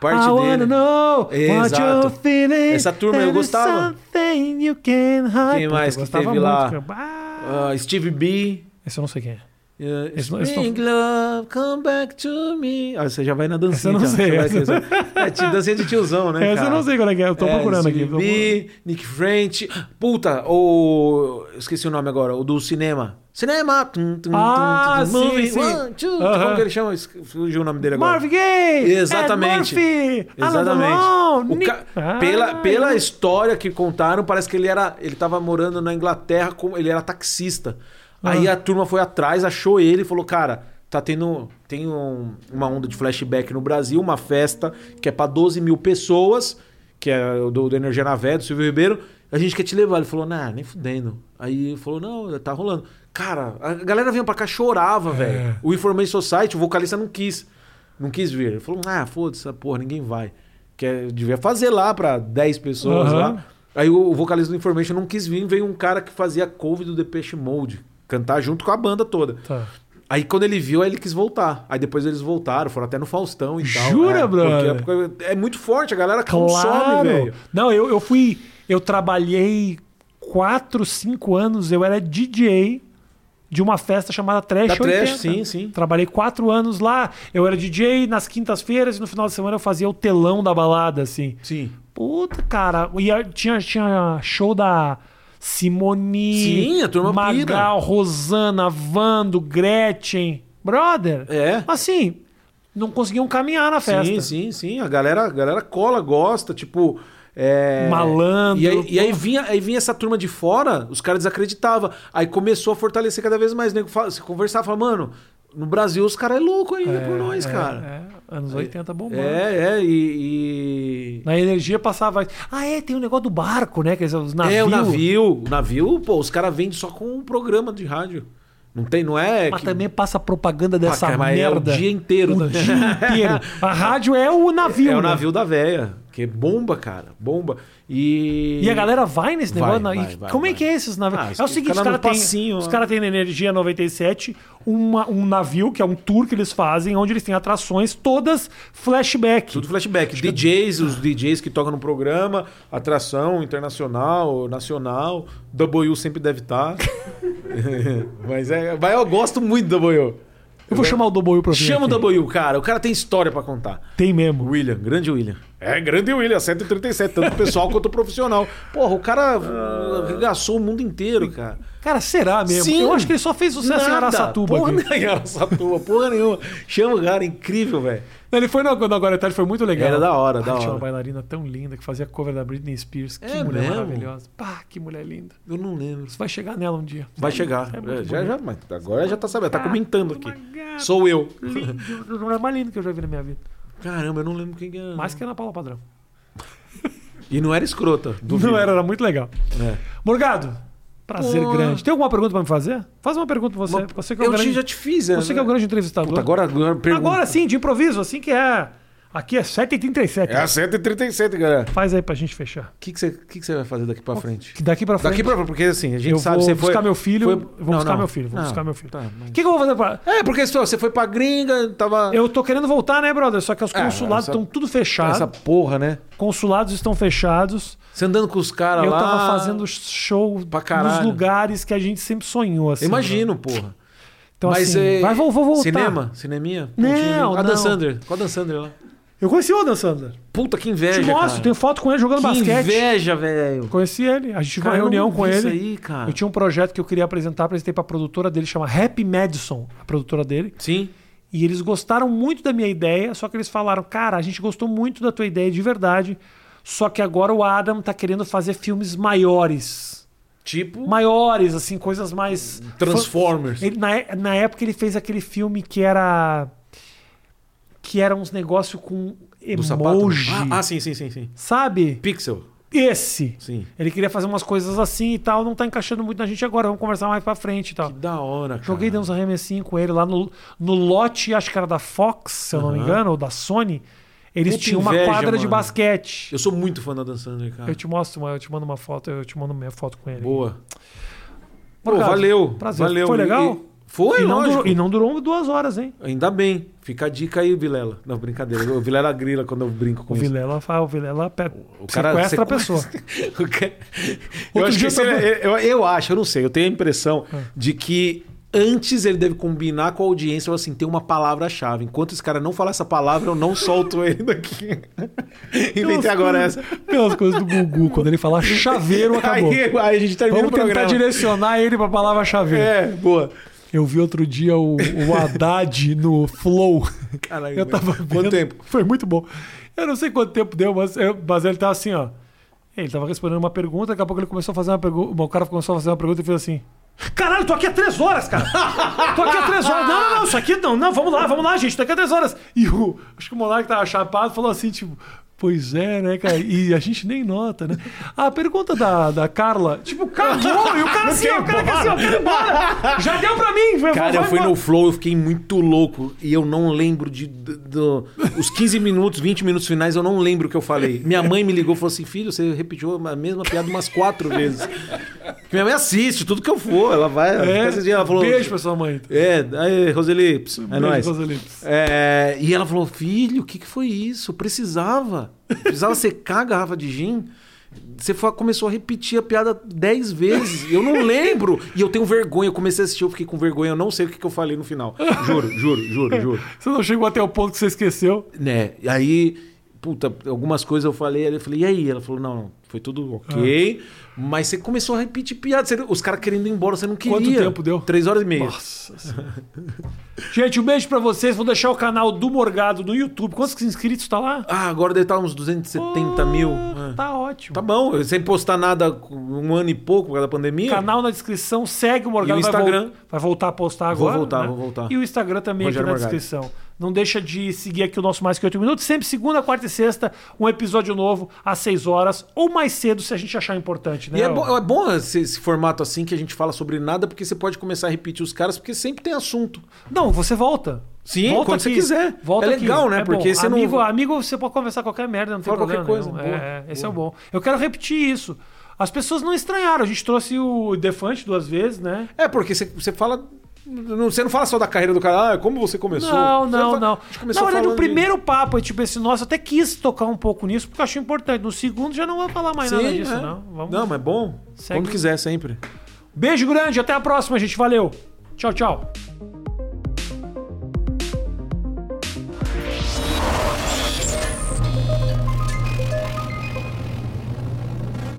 B: Parte
A: I
B: dele.
A: wanna know what
B: Exato.
A: you're feeling.
B: Essa turma eu
A: There is
B: gostava.
A: something you can hide.
B: Quem mais
A: eu
B: que
A: gostava
B: teve lá?
A: cara. Ah,
B: Ah, Steve B.
A: Esse eu não sei quem é.
B: eh,
A: Eles- eles
B: Spring love, come back to me. Ah, você já vai na dancinha.
A: Essa eu não
B: já,
A: sei,
B: já vai
A: essa-
B: aqui, já. É, ti- dancinha de tiozão, né,
A: Essa eu
B: cara?
A: não sei qual é que é, eu tô
B: É,
A: procurando aqui. tô procurando.
B: SBB, Nick French. Puta, o. Esqueci o nome agora, o do cinema. Cinema! Tum, tum,
A: Ah, sim,
B: movie,
A: sim.
B: one, two.
A: Aham.
B: Como que ele chama? Esque- Fugiu o nome dele agora.
A: Marv Gaye!
B: Exatamente.
A: Ed Murphy, Alan
B: Exatamente.
A: Delon,
B: O
A: Nick-
B: ca- Pela,
A: Ah,
B: pela
A: eu-
B: história que contaram, parece que ele era. Ele tava morando na Inglaterra, com, ele era taxista. Aí
A: Ah.
B: a turma foi atrás, achou ele e falou: cara, tá tendo. Tem um- uma onda de flashback no Brasil, uma festa que é pra 12 mil pessoas, que é o do, do Energia na Vé, do Silvio Ribeiro. A gente quer te levar. Ele falou, nah, nem fudendo. Aí falou, não, tá rolando. Cara, a galera vinha pra cá, chorava,
A: É.
B: velho. O Information Society, o vocalista não quis. Não quis vir. Ele falou, ah, foda-se, essa porra, ninguém vai. Quer, devia fazer lá pra 10 pessoas
A: Aham.
B: lá. Aí o, o vocalista do Information não quis vir, veio um cara que fazia cover do Depeche Mode, cantar junto com a banda toda.
A: Tá.
B: Aí quando ele viu, aí ele quis voltar. Aí depois eles voltaram, foram até no Faustão e tal.
A: Jura,
B: é,
A: brother?
B: porque- porque é muito forte, a galera consome,
A: Claro!
B: velho.
A: Não, eu, eu fui. Eu trabalhei 4, 5 anos, eu era DJ de uma festa chamada Trash
B: Da Trash,
A: 80.
B: sim, sim.
A: Trabalhei 4 anos lá, eu era DJ nas quintas-feiras e no final de semana eu fazia o telão da balada, assim.
B: Sim.
A: Puta, cara. E a- tinha, tinha show da Simone,
B: Sim, a turma
A: Magal, Rosana, Vando, Gretchen. Brother.
B: É.
A: Assim, não conseguiam caminhar na festa.
B: Sim, sim, sim. A galera, a galera cola, gosta, tipo. é,
A: Malandro,
B: E aí, e aí
A: porra.
B: vinha, aí vinha essa turma de fora, os caras desacreditavam. Aí começou a fortalecer cada vez mais. Nego fala- se conversava, falava, mano, no Brasil os caras é louco ainda por nós,
A: É,
B: cara.
A: é. Anos 80 bombando.
B: É, é, e. e-
A: Na energia passava. Ah, é, tem o negócio do barco, né? Quer dizer, os navios.
B: É, o navio. O navio, pô, os caras vendem só com um programa de rádio. Não tem, não é.
A: Mas
B: que-
A: também passa propaganda dessa
B: cara, mas é o
A: merda.
B: dia inteiro,
A: O
B: né?
A: dia inteiro. A rádio é o navio.
B: é o
A: né?
B: navio da véia. Que bomba, cara. Bomba. E.
A: E a galera vai nesse
B: Vai,
A: negócio?
B: vai,
A: E
B: vai,
A: como é
B: vai.
A: que é esses navios?
B: Ah, os
A: é o
B: caras
A: seguinte, os
B: no
A: caras têm
B: passinho,
A: os
B: ó.
A: cara têm na Energia 97 uma, um navio, que é um tour que eles fazem, onde eles têm atrações todas flashback.
B: Tudo flashback. DJs, os DJs que tocam no programa, atração internacional, nacional. W sempre deve estar. mas é. Mas eu gosto muito do W.
A: Eu vou chamar o Doboio pra vir
B: Chama o
A: aqui.
B: W, cara. O cara tem história pra contar.
A: Tem mesmo.
B: William, grande William. É, grande William, 137, tanto pessoal quanto profissional. Porra, o cara uh, arregaçou o mundo inteiro, cara.
A: Cara, será mesmo?
B: Sim.
A: Eu acho que ele só fez sucesso em
B: Nada.
A: Araçatuba.
B: Porra,
A: aqui.
B: nenhuma, em Araçatuba, porra nenhuma. Chama o cara, incrível, velho.
A: Ele foi no, no Agora é Tarde, foi muito legal.
B: Era da hora, da
A: Ai, Tinha uma
B: hora.
A: bailarina tão linda que fazia cover da Britney Spears. Que
B: É
A: mulher
B: mesmo?
A: maravilhosa. Pá, que mulher linda.
B: Eu não lembro.
A: Você vai chegar nela um dia.
B: Vai chegar. É, já, já, mas agora já tá sabendo, tá
A: Gata,
B: comentando aqui.
A: uma gata.
B: Sou eu.
A: Lindo. O lugar é mais lindo que eu já vi na minha vida.
B: Caramba, eu não lembro quem que era.
A: Mais que a Ana Paula Padrão.
B: E não era escrota.
A: Não era, era muito legal.
B: É.
A: Morgado, prazer
B: Porra.
A: grande. Tem alguma pergunta pra me fazer? Faz uma pergunta pra você.
B: Uma-
A: Você que é o
B: Eu te-
A: grande,
B: já te fiz, né?
A: você que é o grande entrevistador.
B: Puta, agora, agora, pergunta.
A: Agora sim, de improviso, assim que é. Aqui é 7h37.
B: É a 137, galera.
A: Faz aí pra gente fechar.
B: O que, que, você, que, que você vai fazer daqui pra frente?
A: Que daqui pra frente.
B: Daqui pra frente, porque assim, a gente
A: Eu
B: sabe
A: vou
B: você foi.
A: buscar meu filho.
B: foi-
A: eu Vou
B: Não,
A: buscar
B: não.
A: meu filho. Vou
B: Não,
A: buscar meu filho. assim,
B: tá,
A: O
B: mas-
A: que, que eu vou fazer pra.
B: É, porque só, você foi pra gringa, tava.
A: Eu tô querendo voltar, né, brother? Só que os
B: É,
A: consulados
B: essa-
A: estão tudo fechados.
B: Essa porra, né?
A: Consulados estão fechados.
B: Você andando com os caras
A: Eu
B: Tá lá.
A: tava fazendo show
B: Pra
A: nos
B: caralho.
A: lugares que a gente sempre sonhou, assim.
B: Imagino, porra.
A: brother. Então,
B: Mas
A: assim,
B: é.
A: vai, vou, vou voltar.
B: Cinema? Cineminha? Ah,
A: Não,
B: Pontinho.
A: não.
B: Adam Sandler. Qual Adam Sandler lá?
A: Eu conheci o Adam Sandler.
B: Puta que inveja.
A: Te mostro,
B: cara.
A: tenho foto com ele jogando
B: que
A: basquete.
B: inveja, velho.
A: Conheci ele. A gente tive
B: Cara,
A: uma
B: eu não
A: reunião com
B: vi
A: ele.
B: isso aí, cara.
A: Eu tinha um projeto que eu queria apresentar, apresentei pra produtora dele, chama Happy Madison, a produtora dele.
B: Sim.
A: E eles gostaram muito da minha ideia, só que eles falaram: cara, a gente gostou muito da tua ideia de verdade, só que agora o Adam tá querendo fazer filmes maiores.
B: Tipo.
A: Maiores, assim, coisas mais.
B: Um Transformers.
A: Ele, na, é- na época ele fez aquele filme que era. que era uns negócios com
B: Do sapato?
A: emoji.
B: Ah, ah, sim, sim, sim, sim.
A: Sabe?
B: Pixel.
A: Esse.
B: Sim.
A: Ele queria fazer umas coisas assim e tal, não tá encaixando muito na gente agora, vamos conversar mais pra frente e tal.
B: Que da hora, cara.
A: Joguei, dei uns arremessinhos com ele lá no, no lote, acho que era da Fox, se eu não me engano, ou da Sony. Eles
B: Puta
A: tinham uma
B: inveja,
A: quadra de
B: mano.
A: basquete.
B: Eu sou muito fã da Dan Sandler, cara.
A: Eu te mostro, uma- eu te mando uma foto, eu te mando minha foto com ele.
B: Boa. Pô,
A: Morgado,
B: valeu.
A: prazer.
B: Valeu.
A: Foi
B: E-
A: legal?
B: e- Foi,
A: E não,
B: lógico.
A: durou, e não durou duas horas, hein?
B: Ainda bem. Fica a dica aí, Vilela. Não, brincadeira. O Vilela grila quando eu brinco com
A: O
B: isso.
A: Vilela, fa- o Vilela pe-
B: O cara
A: sequestra a
B: sequestra-
A: pessoa.
B: O ca-
A: Outro
B: eu, acho
A: dia
B: que
A: eu
B: esse- é,
A: tava- Ah.
B: eu, eu- eu acho, eu não sei, eu tenho a impressão de que Antes ele deve combinar com a audiência, falar assim, tem uma palavra-chave. Enquanto esse cara não falar essa palavra, eu não solto ele daqui. Inventei agora essa.
A: Pelas coisas do Gugu, quando ele falar chaveiro, acabou.
B: Aí, aí a gente termina
A: Vamos
B: o
A: tentar
B: programa.
A: direcionar ele pra palavra chaveiro.
B: É, boa.
A: Eu vi outro dia o, o Haddad no Flow.
B: Caralho,
A: eu tava
B: quanto
A: vendo.
B: tempo?
A: Foi muito bom. Eu não sei quanto tempo deu, mas, eu- mas ele tava assim, ó. Ele tava respondendo uma pergunta, daqui a pouco ele começou a fazer uma pergunta. O cara começou a fazer uma pergunta e fez assim. Caralho, tô aqui há três horas, cara! Tô aqui há três horas. Não, não, não, isso aqui não, não, vamos lá, vamos lá, gente, tô aqui há três horas. E o. Acho que o Monark tava chapado falou assim, tipo. Pois é, né, cara? E a gente nem nota, né? A pergunta da, da Carla, tipo, cagou, e o cara assim, ó, o cara que assim, ó, quer ir embora. Já deu pra mim, vai,
B: Cara,
A: vai
B: eu fui
A: embora.
B: no Flow, eu fiquei muito louco. E eu não lembro de. do- do- os 15 minutos, 20 minutos finais, eu não lembro o que eu falei. Minha mãe me ligou e falou assim: filho, você repetiu a mesma piada umas quatro vezes. Porque minha mãe assiste tudo que eu for. Ela vai.
A: É,
B: até esse dia ela falou.
A: Beijo pra sua mãe.
B: É, aí, Roseli, ps, é
A: Beijo,
B: nóis.
A: Roseli, ps.
B: É, e ela falou: filho, o que, que foi isso? Precisava. Precisava secar a garrafa de gin. Você foi- começou a repetir a piada dez vezes. Eu não lembro. E eu tenho vergonha. Eu comecei a assistir, eu fiquei com vergonha. Eu não sei o que, que eu falei no final. Juro, juro, juro, juro.
A: Você não chegou até o ponto que você esqueceu.
B: Né? E aí, puta, algumas coisas eu falei. aí Eu falei: e aí? Ela falou: não, foi tudo ok.
A: Ah.
B: Mas você começou a repetir piada. Você- os caras querendo ir embora, você não queria.
A: Quanto tempo deu?
B: Três horas e meia.
A: Nossa Senhora. Gente, um beijo pra vocês. Vou deixar o canal do Morgado no YouTube. Quantos inscritos tá lá?
B: Ah, agora deve estar uns 270 mil.
A: Ah,
B: É.
A: Tá ótimo.
B: Tá bom, sem postar nada um ano e pouco por causa da pandemia.
A: Canal na descrição, segue o Morgado.
B: E o
A: vai vol-
B: Instagram.
A: Vai, voltar a postar
B: Vou
A: agora.
B: voltar,
A: né?
B: vou voltar.
A: E o Instagram também
B: Rogério
A: aqui na
B: Morgado.
A: descrição. Não deixa de seguir aqui o nosso Mais Que Oito Minutos. Sempre segunda, quarta e sexta, um episódio novo às seis horas. Ou mais cedo, se a gente achar importante, né?
B: E é, bom, é bom esse, esse formato assim que a gente fala sobre nada, porque você pode começar a repetir os caras, porque sempre tem assunto.
A: Não, você volta.
B: Sim,
A: volta
B: quando você quiser.
A: Volta
B: É
A: aqui.
B: legal, né?
A: bom.
B: Porque você não-
A: amigo, Amigo, você pode conversar qualquer merda, não tem
B: Fala
A: problema.
B: qualquer coisa,
A: nenhum.
B: boa,
A: É, é, esse é o bom. Eu quero repetir isso. As pessoas não estranharam. A gente trouxe o Defante duas vezes, né?
B: É, porque você, você fala. Não, você não fala só da carreira do cara, ah, como você começou.
A: Não,
B: Você
A: não,
B: fala-
A: não.
B: A gente
A: Na
B: começou
A: verdade, o
B: falando de-
A: primeiro papo é tipo esse nosso. eu Até quis tocar um pouco nisso, porque eu acho importante. No segundo já não vou falar mais nada
B: Sim,
A: disso,
B: é.
A: não. Vamos...
B: Não, mas é bom.
A: Segue.
B: Quando quiser, sempre.
A: Beijo grande, até a próxima, gente. Valeu. Tchau, tchau.